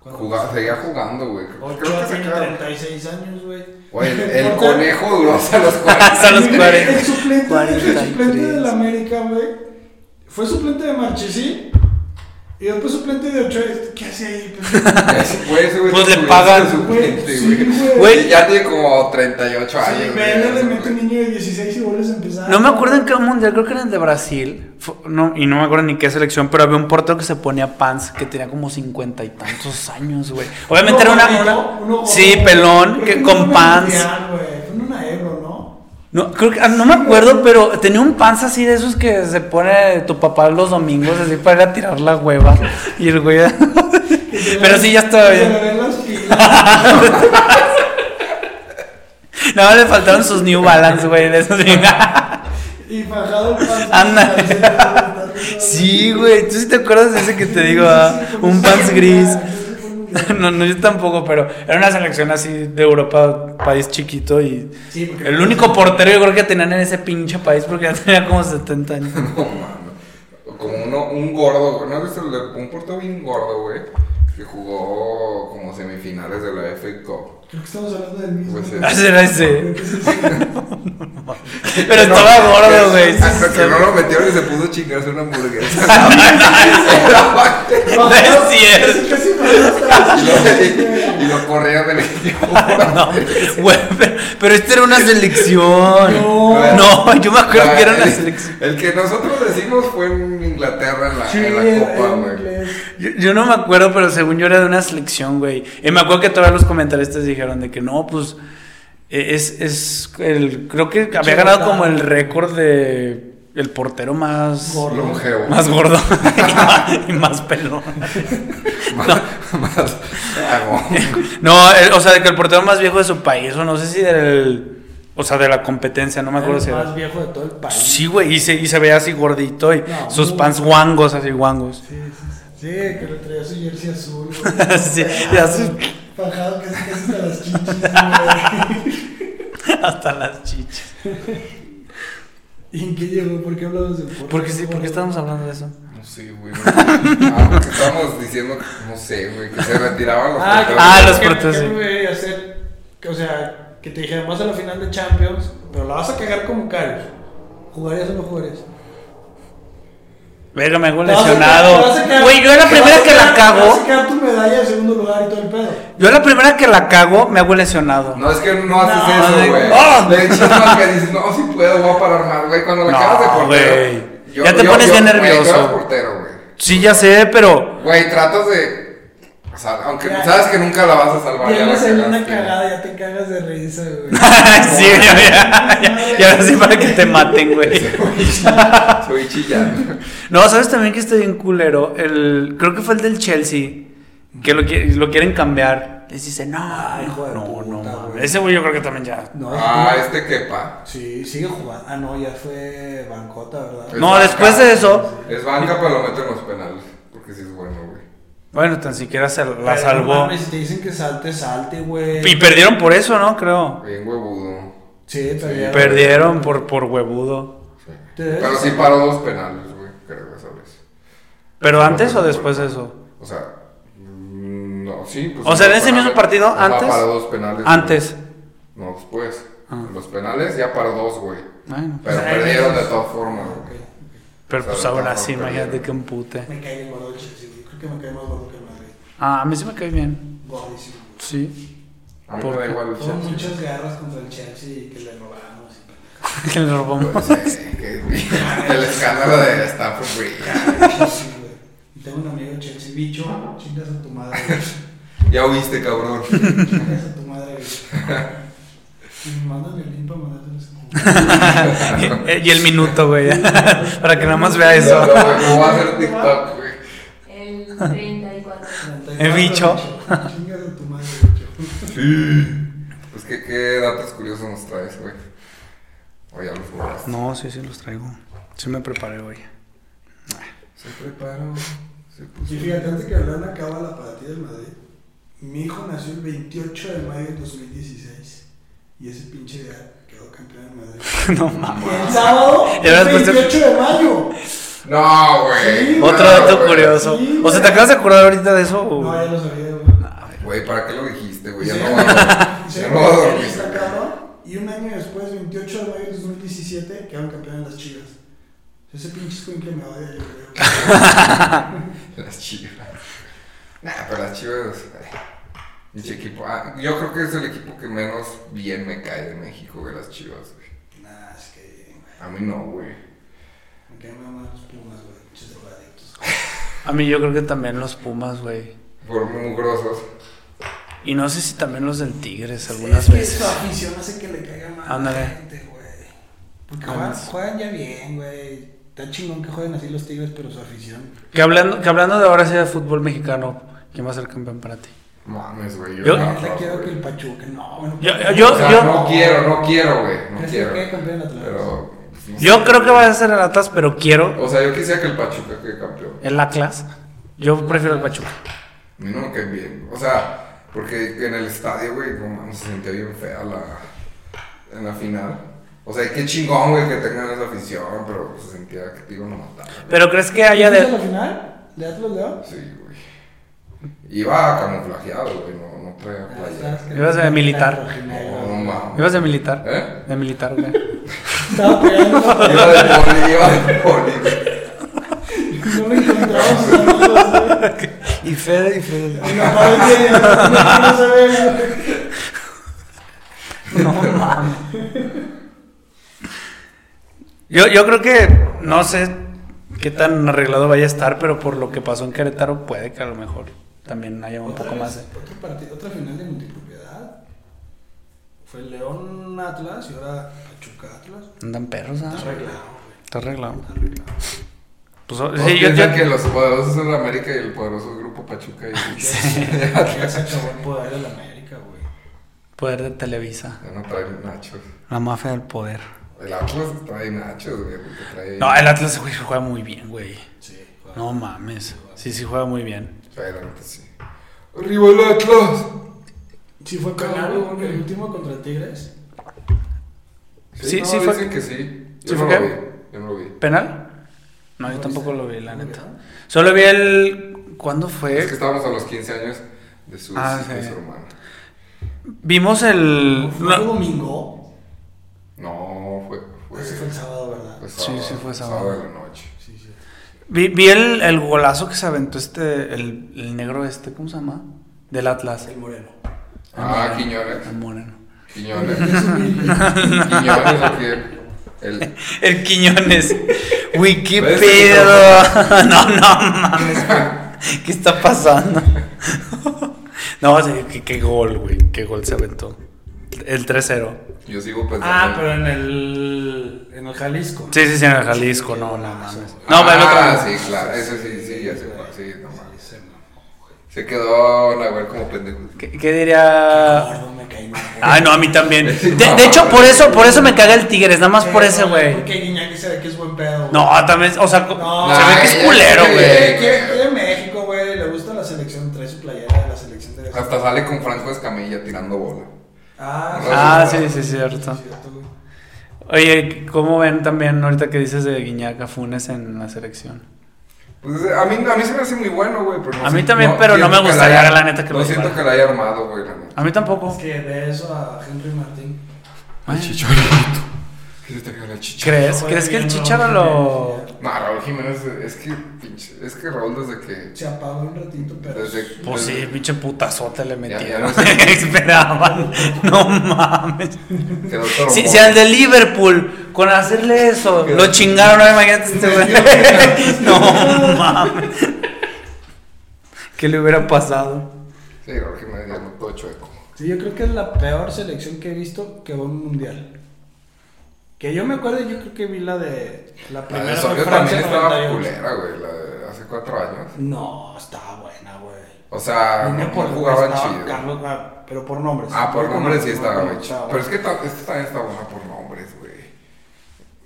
Speaker 3: Cuando-
Speaker 1: Jugaba- seguía jugando, güey. Creo
Speaker 3: Ochoa
Speaker 1: que se
Speaker 3: tiene
Speaker 1: acaba.
Speaker 3: 36 años, güey.
Speaker 1: Oye, el, el
Speaker 3: Portero-
Speaker 1: conejo duró hasta los 40.
Speaker 2: Hasta los
Speaker 3: El
Speaker 2: 40.
Speaker 3: suplente, el
Speaker 2: 43.
Speaker 3: suplente del América, güey. Fue suplente de Marchesín y después suplente de Ochoa. ¿Qué hacía ahí?
Speaker 1: Pues, ese güey,
Speaker 2: Pues
Speaker 1: está
Speaker 2: le
Speaker 1: culero,
Speaker 2: pagan,
Speaker 1: su
Speaker 3: Güey,
Speaker 1: gente,
Speaker 3: sí,
Speaker 1: güey.
Speaker 3: güey.
Speaker 2: Güey,
Speaker 1: Y Ya tiene como 38
Speaker 3: Sí,
Speaker 1: años. güey,
Speaker 3: venga, le
Speaker 1: eso,
Speaker 3: mete un
Speaker 1: güey.
Speaker 3: niño de 16 y vuelves a empezar.
Speaker 2: No me acuerdo en qué mundial, creo que era el de Brasil. Fu- No, y no me acuerdo ni qué selección, pero había un portero que se ponía pants que tenía como cincuenta y tantos años, güey. Obviamente era
Speaker 3: Uno
Speaker 2: una.
Speaker 3: gordito,
Speaker 2: una-
Speaker 3: uno gordo.
Speaker 2: sí, pelón,
Speaker 3: Creo
Speaker 2: que,
Speaker 3: no
Speaker 2: con
Speaker 3: fue
Speaker 2: pants.
Speaker 3: mundial, güey, Fue en una euro, ¿no?
Speaker 2: No, creo que- ah, no me acuerdo, pero tenía un pants así de esos que se pone tu papá los domingos, así para ir a tirar la hueva. Y el güey. pero sí, ya estaba
Speaker 3: Que se
Speaker 2: bien.
Speaker 3: le ven las pilas.
Speaker 2: Nada más le faltaron sus New Balance, güey. De esos.
Speaker 3: y fajado el pants.
Speaker 2: Ándale.
Speaker 3: Ándale.
Speaker 2: Sí, güey. ¿Tú sí te acuerdas de ese que te digo? ah? un pants gris. No, no, yo tampoco, pero era una selección así de Europa, país chiquito y
Speaker 3: Sí, porque-
Speaker 2: el único portero yo creo que tenían en ese pinche país porque ya tenía como 70 años.
Speaker 1: No mames. Como uno, un gordo, güey. ¿No has visto el de- un portero bien gordo, güey? Que jugó como semifinales de la FA Cup.
Speaker 3: Creo que estamos hablando del mismo.
Speaker 1: Pues, eh.
Speaker 2: Ah, será ese.
Speaker 3: Creo que sí, sí.
Speaker 2: Pero estaba gordo, güey. sí,
Speaker 1: Hasta
Speaker 2: sí,
Speaker 1: que no
Speaker 2: sí.
Speaker 1: lo metieron y se pudo chingarse una hamburguesa. Era-
Speaker 2: No es cierto.
Speaker 3: Casi, casi fue hasta
Speaker 1: y,
Speaker 3: las chicas,
Speaker 1: lo, y lo corrieron del equipo.
Speaker 2: No, güey, pero, pero esta era una selección.
Speaker 3: No.
Speaker 2: No, yo me acuerdo que era una
Speaker 1: El-
Speaker 2: selección.
Speaker 1: El que nosotros decimos fue en Inglaterra en la,
Speaker 3: Sí,
Speaker 1: en
Speaker 3: en-
Speaker 1: la Copa,
Speaker 3: en
Speaker 1: güey.
Speaker 3: inglés.
Speaker 2: Yo, yo no me acuerdo, pero según yo era de una selección, güey. Y me acuerdo que todos los comentaristas dijeron de que no, pues e- es, es el, creo que había ganado como el récord de el portero más
Speaker 3: Gordo.
Speaker 1: Longevo.
Speaker 2: más gordo y más- y más pelón.
Speaker 1: Más- más- ah, no.
Speaker 2: No, el- o sea, de que el portero más viejo de su país, o no sé si del o sea, de la competencia, no me acuerdo si
Speaker 3: El
Speaker 2: era.
Speaker 3: más viejo de todo el país.
Speaker 2: Sí, güey, y se, y se veía así gordito y
Speaker 3: No, uh.
Speaker 2: sus
Speaker 3: muy-
Speaker 2: pants guangos, así guangos.
Speaker 3: Sí, sí, sí, que le traía su jersey azul.
Speaker 2: Sí,
Speaker 3: güey.
Speaker 2: y azul.
Speaker 3: Fajado que se casi hasta las chichis, güey.
Speaker 2: Hasta las chichas.
Speaker 3: ¿Y en qué llegó? ¿Por qué hablamos del fútbol?
Speaker 2: Porque sí, porque estábamos hablando de eso.
Speaker 1: No sé, güey. Ah, porque estábamos diciendo, que- no sé, güey, que se retiraban los
Speaker 3: Ah, que-
Speaker 1: porteros.
Speaker 2: Ah, los
Speaker 3: que-
Speaker 2: porteros,
Speaker 3: que
Speaker 2: sí.
Speaker 3: me debería hacer? Que, O sea, que te dijeran, vas a la final de Champions, pero la vas a cagar como Carlos. ¿Jugarías o no jugarías?
Speaker 2: Verga, me hago
Speaker 3: Te vas a quedar- te vas a
Speaker 2: lesionado.
Speaker 3: quedar-
Speaker 2: Güey, yo era la
Speaker 3: te
Speaker 2: primera
Speaker 3: vas a
Speaker 2: que la
Speaker 3: quedar- Te vas
Speaker 2: cago.
Speaker 3: a quedar tu medalla en segundo lugar y todo el pedo.
Speaker 2: Yo la primera que la cago, me hago lesionado.
Speaker 1: No, es que no haces
Speaker 3: No,
Speaker 1: eso,
Speaker 2: de-
Speaker 1: güey.
Speaker 2: ¡Ah!
Speaker 1: De hecho, es más que dices, no, si puedo, voy a parar más, güey. Cuando la
Speaker 2: No,
Speaker 1: acabas de portero.
Speaker 2: güey. Ya te pones bien
Speaker 1: güey, Yo
Speaker 2: nervioso.
Speaker 1: era portero, güey.
Speaker 2: Sí, ya sé, pero.
Speaker 1: Güey, tratas de. O sea, aunque
Speaker 3: Ya.
Speaker 1: sabes que nunca la vas a salvar.
Speaker 3: Ya
Speaker 1: ya la
Speaker 3: no salió una
Speaker 1: cagaste.
Speaker 3: cagada, ya te cagas de risa, güey.
Speaker 2: sí, ya, ya, ya, ya, ahora sí para que te maten, güey.
Speaker 1: Soy chillando.
Speaker 2: No, ¿sabes también que está bien culero? El, creo que fue el del Chelsea, que lo, qui- lo quieren cambiar. Les dice, no,
Speaker 3: hijo de
Speaker 2: no,
Speaker 3: puta,
Speaker 2: no, mames".
Speaker 3: güey.
Speaker 2: Ese güey yo creo que también ya.
Speaker 3: No,
Speaker 1: Ah,
Speaker 3: sí.
Speaker 1: este quepa.
Speaker 3: Sí, sigue jugando. Ah, no, ya fue Bancota, ¿verdad?
Speaker 1: Es
Speaker 2: No,
Speaker 1: banca.
Speaker 2: después de eso-
Speaker 1: Es banca, pero lo meten en los penales. Porque sí es bueno, güey.
Speaker 2: Bueno, tan siquiera se la
Speaker 3: Pero
Speaker 2: salvó.
Speaker 3: no mames, si te dicen que salte, salte, güey.
Speaker 2: y perdieron por eso, ¿no? Creo.
Speaker 1: Bien huevudo.
Speaker 3: Sí, perdieron.
Speaker 2: Perdieron por, por huevudo.
Speaker 1: Sí.
Speaker 3: Te debes
Speaker 1: Pero sí
Speaker 3: saber.
Speaker 1: paró dos penales, güey. Creo que sabes.
Speaker 2: ¿Pero antes o después de eso?
Speaker 1: O sea. mm, No, sí. Pues,
Speaker 2: O sea, en
Speaker 1: dos
Speaker 2: ese mismo
Speaker 1: penales.
Speaker 2: partido,
Speaker 1: Ajá,
Speaker 2: antes.
Speaker 1: paró dos penales. güey.
Speaker 2: Antes.
Speaker 1: No, después.
Speaker 2: Ah.
Speaker 1: Los penales ya paró dos, güey.
Speaker 2: Bueno,
Speaker 1: Pero
Speaker 3: O sea,
Speaker 1: perdieron de
Speaker 3: ellos-
Speaker 1: todas formas,
Speaker 3: Ok.
Speaker 1: güey.
Speaker 2: pero pues aún así, imagínate que un pute.
Speaker 3: Me cae el gordo del Chelsea, güey. Creo que me cae más gordo que el Madrid.
Speaker 2: Ah, a mí sí me cae bien.
Speaker 3: Gordísimo. güey.
Speaker 2: Sí.
Speaker 1: A mí
Speaker 2: ¿Por
Speaker 1: me da
Speaker 2: qué?
Speaker 1: igual el
Speaker 3: Fueron
Speaker 1: Chelsea.
Speaker 3: muchas garras contra el Chelsea y que le robamos.
Speaker 2: Que le robamos.
Speaker 1: Pues, eh, que- El escándalo de Stafford Bridge.
Speaker 3: Sí, güey. Y tengo un amigo Chelsea, bicho. Chingas a tu madre, güey.
Speaker 1: Ya oíste, cabrón.
Speaker 3: Chingas a tu madre, güey. Y Mándame el link para mandártelos.
Speaker 2: y el minuto, güey. Para que nada más vea
Speaker 1: No,
Speaker 2: eso.
Speaker 1: no, no voy a hacer TikTok, güey.
Speaker 4: El 34.
Speaker 2: El bicho.
Speaker 3: Chingas a tu madre, bicho.
Speaker 1: Pues que qué datos curiosos nos traes, güey. O ya los jugaste.
Speaker 2: No, sí, sí, los traigo. Sí me preparé hoy.
Speaker 1: Se preparó. Se puso.
Speaker 3: Y fíjate, antes que hablaran acaba la para ti del Madrid. Mi hijo nació el 28 de mayo del 2016. Y ese pinche día quedó campeón en Madrid.
Speaker 2: No mames.
Speaker 3: El sábado,
Speaker 2: Y ahora
Speaker 3: el
Speaker 2: después te-
Speaker 3: 28 de mayo.
Speaker 1: No, güey.
Speaker 3: Sí,
Speaker 1: no,
Speaker 2: Otro dato
Speaker 1: güey.
Speaker 2: curioso.
Speaker 3: Sí,
Speaker 2: O sea, ¿te
Speaker 3: güey.
Speaker 2: acabas de acordar ahorita de eso? o-
Speaker 3: No, ya lo sabía, güey.
Speaker 1: Güey, ¿para qué lo dijiste, güey? Ya
Speaker 3: Sí.
Speaker 1: no voy a
Speaker 3: Sí,
Speaker 1: ya no voy a
Speaker 3: sí,
Speaker 1: dormir.
Speaker 3: está cabrón. Y un año después, 28 de mayo del 2017, quedaron campeones las chivas. O Ese pinche escuincle me odia, yo creo.
Speaker 1: Las chivas. Nah, pero las chivas. eh, Dicho equipo. ah, yo creo que es el equipo que menos bien me cae de México, güey, las chivas, güey.
Speaker 3: nah, es que, güey.
Speaker 1: A mí no, güey.
Speaker 3: Me caen más los pumas, güey. Pinches drogadictos.
Speaker 2: A mí yo creo que también los Pumas, güey.
Speaker 1: Por mugrosos.
Speaker 2: Y no sé si también los del Tigres
Speaker 3: Es
Speaker 2: pues, algunas
Speaker 3: que
Speaker 2: veces.
Speaker 3: Su afición hace que le caiga mal a la
Speaker 2: Ándale.
Speaker 3: gente, güey. Porque
Speaker 2: Ándale.
Speaker 3: juegan, juegan ya bien, güey. Está chingón que jueguen así los Tigres, pero su afición.
Speaker 2: Que hablando, que hablando de ahora sí de fútbol mexicano, ¿quién va a ser campeón para ti?
Speaker 1: Mames, güey. Yo,
Speaker 2: Yo-
Speaker 1: no,
Speaker 3: La
Speaker 1: no,
Speaker 3: neta quiero que
Speaker 1: güey.
Speaker 3: el Pachuca. No, bueno.
Speaker 2: Yo-
Speaker 3: Pachuca.
Speaker 2: yo-
Speaker 1: O sea,
Speaker 2: yo-
Speaker 1: no quiero, no quiero, güey. No
Speaker 3: ¿Crees que
Speaker 1: quiero.
Speaker 3: quede campeón el Atlas?
Speaker 1: Pero. pues, no
Speaker 2: Yo
Speaker 1: sé.
Speaker 2: creo que va a ser el Atlas, pero quiero
Speaker 1: O sea, yo quisiera que el Pachuca quede campeón.
Speaker 2: el Atlas. Yo prefiero el Pachuca.
Speaker 1: A mí no me cae bien. O sea, porque en el estadio, güey, no mames, se sentía bien fea la. En la final. O sea, qué chingón, güey, que tengan esa afición, pero se sentía que te iban a matar. güey.
Speaker 2: Pero crees que haya
Speaker 3: ¿Ya de...
Speaker 2: de...
Speaker 3: la final? ¿De Atlas León?
Speaker 1: Sí, güey. Iba camuflajeado, güey, no, no traía
Speaker 3: Ah,
Speaker 1: playa.
Speaker 3: sabes que
Speaker 2: Ibas de militar.
Speaker 1: No, no mames.
Speaker 2: ¿Ibas de militar?
Speaker 1: ¿Eh?
Speaker 2: De militar, güey.
Speaker 3: Estaba pegando.
Speaker 1: Iba de poli, iba de poli, güey.
Speaker 3: No me encontraba sus amigos, güey.
Speaker 2: Y Fede, y Fede.
Speaker 3: Mi papá me tiene- me quiere saber, güey.
Speaker 2: No mames. Yo, yo creo que no sé qué tan arreglado vaya a estar, pero por lo que pasó en Querétaro puede que a lo mejor también haya un
Speaker 3: Otra
Speaker 2: poco
Speaker 3: vez,
Speaker 2: más. de-
Speaker 3: Otro partido, otra final de multipropiedad. Fue León Atlas y ahora Pachuca Atlas.
Speaker 2: Andan perros, ¿ah?
Speaker 3: Está arreglado, güey.
Speaker 2: Está arreglado.
Speaker 3: Está arreglado.
Speaker 2: Pues,
Speaker 1: Todos
Speaker 2: sí, yo,
Speaker 1: piensan
Speaker 2: yo-
Speaker 1: que los poderosos son América y el poderoso grupo Pachuca y.
Speaker 3: Ya se acabó el poder de la América, güey.
Speaker 2: Poder de Televisa.
Speaker 1: Ya no traen nachos.
Speaker 2: La mafia del poder.
Speaker 1: El Atlas trae nachos, güey, porque trae.
Speaker 2: No, el Atlas güey, juega muy bien, güey.
Speaker 3: Sí, juega.
Speaker 2: No mames. Sí, sí juega muy bien.
Speaker 1: Pero antes sí. ¡Arriba el Atlas!
Speaker 3: Sí fue
Speaker 1: Claro,
Speaker 3: cagado
Speaker 1: güey.
Speaker 3: el último contra Tigres.
Speaker 2: Sí,
Speaker 1: no,
Speaker 2: sí fue-
Speaker 1: dicen que sí.
Speaker 2: ¿Sí
Speaker 1: Yo no
Speaker 2: fue
Speaker 1: lo
Speaker 2: qué? ¿Eh?
Speaker 1: vi. Yo no lo vi.
Speaker 2: ¿Penal? No, yo
Speaker 3: ¿Lo
Speaker 2: tampoco
Speaker 3: viste?
Speaker 2: lo vi, la
Speaker 3: ¿Lo
Speaker 2: neta.
Speaker 3: vieron?
Speaker 2: Solo vi el... ¿Cuándo fue?
Speaker 1: Es que estábamos a los 15 años de su,
Speaker 2: Ah,
Speaker 1: de
Speaker 2: sí.
Speaker 1: su hermana.
Speaker 2: Vimos el...
Speaker 3: ¿Fue
Speaker 2: no-
Speaker 3: domingo?
Speaker 1: No, fue. fue,
Speaker 3: Ese fue el sábado, ¿verdad?
Speaker 1: fue
Speaker 2: Ah, Sí, sí, fue sábado.
Speaker 1: de la noche.
Speaker 3: Sí, sí.
Speaker 2: Vi, vi el, el golazo que se aventó este, el, el negro este, ¿cómo se llama? Del Atlas.
Speaker 3: El
Speaker 2: El
Speaker 3: Moreno.
Speaker 2: Moreno.
Speaker 1: Ah, Quiñones.
Speaker 2: El Moreno.
Speaker 1: Quiñones.
Speaker 3: Es
Speaker 1: Quiñones,
Speaker 3: humilde.
Speaker 1: ¿o qué? El.
Speaker 2: El Quiñones. Uy, qué
Speaker 1: ¿Ves?
Speaker 2: pedo. No, no mames. güey. ¿Qué está pasando? No, sí, qué, qué gol, güey. Qué gol se aventó. El 3-0.
Speaker 1: Yo sigo pensando.
Speaker 3: Ah, pero en el. En el Jalisco.
Speaker 2: Sí, sí, sí, en el Jalisco. No, no mames. No, pero el otro.
Speaker 1: Ah, sí, claro. Eso sí, sí, ya se fue. Sí, no mames.
Speaker 3: Ese mamón, güey.
Speaker 1: Se quedó Nahuel como pendejo.
Speaker 2: ¿Qué, qué diría?
Speaker 3: Gordo, me caí mal, güey.
Speaker 2: Ay, no, a mí también. De, de hecho, por eso, por eso me caga el Tigres, nada más por
Speaker 3: Eh,
Speaker 2: ese
Speaker 3: no,
Speaker 2: güey.
Speaker 3: Porque Guiñaki se ve que es buen pedo.
Speaker 2: No, también, o sea, co-
Speaker 3: No.
Speaker 2: se ve que es
Speaker 1: Ay,
Speaker 2: culero,
Speaker 1: ya sé,
Speaker 2: güey.
Speaker 1: güey.
Speaker 3: Quiere, quiere México, güey. Le gusta la selección. Trae su playera de la selección de.
Speaker 1: Hasta sale con Franco Escamilla tirando bola.
Speaker 3: Ah,
Speaker 2: Ah,
Speaker 1: sí,
Speaker 2: sí, sí, cierto.
Speaker 3: cierto, güey.
Speaker 2: Oye, ¿cómo ven también ahorita que dices de Guiñaca Funes en la selección?
Speaker 1: Pues a mí, a mí se me hace muy bueno, güey. pero no
Speaker 2: A mí
Speaker 1: sé-
Speaker 2: también, pero no me
Speaker 1: siento que
Speaker 2: gustaría,
Speaker 1: haya-
Speaker 2: la neta, que
Speaker 1: No
Speaker 2: lo
Speaker 1: siento
Speaker 2: llevara.
Speaker 1: que la haya armado, güey, la neta.
Speaker 2: A mí
Speaker 3: Es
Speaker 2: tampoco.
Speaker 3: que de eso a Henry Martín.
Speaker 2: Ay,
Speaker 1: chicharito. ¿Qué se te cayó la chicha?
Speaker 2: ¿Crees?
Speaker 3: Joder,
Speaker 2: ¿Crees que el
Speaker 3: bien,
Speaker 2: Chicharo
Speaker 3: Raúl
Speaker 2: lo...?
Speaker 3: Jiménez,
Speaker 1: No, Raúl Jiménez, es que, pinche, es que Raúl desde que...
Speaker 3: Se apagó un ratito, pero.
Speaker 1: Desde-
Speaker 2: Pues sí, pinche putazote le metieron.
Speaker 1: ya no sé.
Speaker 2: Esperaban. No mames.
Speaker 1: Quedó
Speaker 2: Si,
Speaker 1: trombón.
Speaker 2: si al de Liverpool, con hacerle eso, lo chingaron, ahora imagínate este güey. No mames. ¿Qué le hubiera pasado?
Speaker 1: Sí, Raúl Jiménez ya no todo chueco.
Speaker 3: Sí, yo creo que es la peor selección que he visto que va a un mundial. Que yo me acuerdo, yo creo que vi la de. La
Speaker 1: La
Speaker 3: primera
Speaker 1: de
Speaker 3: fue
Speaker 1: Osorio
Speaker 3: Francia
Speaker 1: también estaba
Speaker 3: 98.
Speaker 1: culera, güey, la de hace cuatro años.
Speaker 3: No, estaba buena, güey.
Speaker 1: O sea,
Speaker 3: Venía
Speaker 1: Ah, no,
Speaker 3: por-
Speaker 1: no jugaban
Speaker 3: estaba
Speaker 1: chido.
Speaker 3: Carlos, ah, pero por nombres.
Speaker 1: Ah, por
Speaker 3: Porque
Speaker 1: nombres sí
Speaker 3: no-
Speaker 1: estaba
Speaker 3: no-
Speaker 1: güey.
Speaker 3: estaba
Speaker 1: Pero es que ta- esta también está buena por nombres, güey.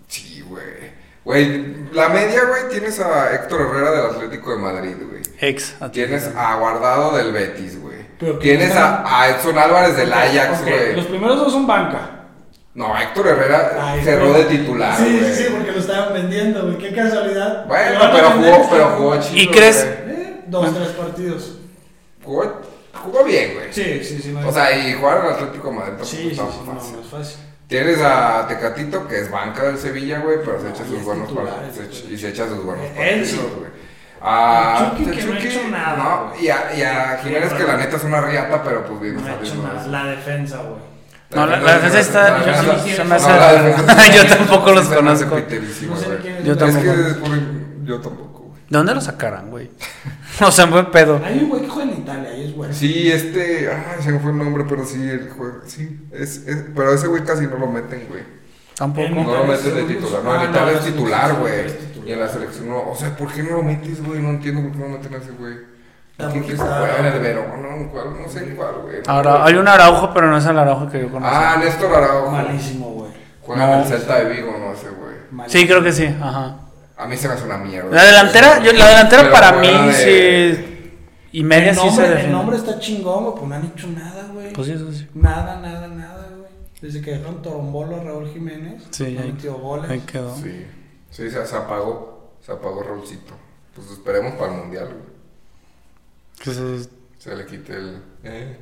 Speaker 1: Sí, güey. Güey, la media, güey, tienes a Héctor Herrera del Atlético de Madrid, güey.
Speaker 2: Ex. a ti.
Speaker 1: Tienes a Guardado del Betis, güey.
Speaker 3: Ah, Pero que-
Speaker 1: Tienes a, a Edson Álvarez del
Speaker 3: Ok,
Speaker 1: Ajax,
Speaker 3: ok,
Speaker 1: güey.
Speaker 3: Los primeros dos son banca.
Speaker 1: No, Héctor Herrera
Speaker 3: Ay,
Speaker 1: cerró
Speaker 3: güey.
Speaker 1: de titular,
Speaker 3: Sí,
Speaker 1: güey.
Speaker 3: sí, sí, porque lo estaban vendiendo, güey. Qué casualidad.
Speaker 1: Bueno,
Speaker 3: Lo van a
Speaker 1: pero
Speaker 3: vender,
Speaker 1: jugó, pero
Speaker 3: sí.
Speaker 1: jugó chido.
Speaker 2: ¿Y crees?
Speaker 1: güey.
Speaker 3: Eh, Dos, tres partidos.
Speaker 1: Jugó, jugó bien, güey.
Speaker 3: Sí, sí, sí. no hay-
Speaker 1: O sea, y jugar al Atlético de Madrid tampoco
Speaker 3: sí, sí, sí,
Speaker 1: estaba
Speaker 3: no,
Speaker 1: fácil.
Speaker 3: no es fácil.
Speaker 1: Tienes a Tecatito, que es banca del Sevilla, güey, pero se
Speaker 3: No,
Speaker 1: echa
Speaker 3: y
Speaker 1: sus
Speaker 3: es
Speaker 1: buenos
Speaker 3: titular,
Speaker 1: partidos.
Speaker 3: ese
Speaker 1: Y se echa sus buenos
Speaker 3: Él sí.
Speaker 1: partidos, güey. A
Speaker 5: Chucky, que no ha hecho nada,
Speaker 1: no,
Speaker 5: güey.
Speaker 1: y a, y a Jiménez, que la neta es una riata, pero pues bien,
Speaker 5: No ha hecho nada. La defensa, güey.
Speaker 2: No, la, la defensa está.
Speaker 1: la
Speaker 5: yo
Speaker 1: defensa-
Speaker 5: sí
Speaker 2: se-
Speaker 5: quiero-
Speaker 2: se me hace-
Speaker 1: no, la defensa-
Speaker 2: yo tampoco los
Speaker 1: se me hace
Speaker 2: conozco. ¿De
Speaker 1: piterísima,
Speaker 3: No sé ni
Speaker 1: güey.
Speaker 3: quién es.
Speaker 2: Yo
Speaker 1: Es
Speaker 2: tampoco.
Speaker 1: que es por- yo tampoco, güey.
Speaker 2: dónde lo sacarán, güey? O sea, buen pedo.
Speaker 3: Hay un güey que juega en Italia y es bueno.
Speaker 1: Sí, este. Ay, se me fue el nombre, pero sí, el juego. Sí, es, es- pero ese güey casi no lo meten, güey.
Speaker 5: En-
Speaker 2: Tampoco.
Speaker 1: No lo metes de
Speaker 5: Segundo-
Speaker 1: titular. No,
Speaker 5: Ah,
Speaker 1: en Italia
Speaker 5: no,
Speaker 1: es
Speaker 5: la
Speaker 1: titular,
Speaker 5: selección
Speaker 1: güey.
Speaker 5: es titular.
Speaker 1: Y en la selección no. O sea, ¿por qué no lo metes, güey? No entiendo por qué no meten a ese güey.
Speaker 3: Ah,
Speaker 1: ¿Quién
Speaker 3: porque
Speaker 1: quiso
Speaker 3: está-
Speaker 1: jugar en el Verona? ¿En cuál? No sé en cuál, güey. No,
Speaker 2: Ahora, hay
Speaker 1: güey.
Speaker 2: un Araujo, pero no es el Araujo que yo conozco.
Speaker 1: Ah, Néstor Araujo.
Speaker 3: Malísimo, güey.
Speaker 1: Juega
Speaker 2: No.
Speaker 1: en el Celta de Vigo, no sé, güey.
Speaker 3: Malísimo.
Speaker 2: sí, creo que sí. Ajá.
Speaker 1: A mí se me hace una mierda.
Speaker 2: La delantera, yo- la delantera
Speaker 1: Pero
Speaker 2: para
Speaker 1: fuera
Speaker 2: mí
Speaker 1: de-
Speaker 2: sí. Y media
Speaker 3: el
Speaker 2: sí se
Speaker 3: nombre, el
Speaker 2: defiende.
Speaker 3: nombre está chingón, güey, pues no han hecho nada, güey.
Speaker 2: Pues sí, eso sí.
Speaker 3: Nada, nada, nada, güey. Desde que dejaron torombolo a Raúl Jiménez,
Speaker 2: Sí,
Speaker 3: no
Speaker 2: ahí-
Speaker 3: metió goles.
Speaker 2: Ahí quedó.
Speaker 1: Sí. Sí, se, se apagó. Se apagó Raulcito. Pues esperemos para el mundial, güey.
Speaker 2: Que se-
Speaker 1: Se le quite el. Eh.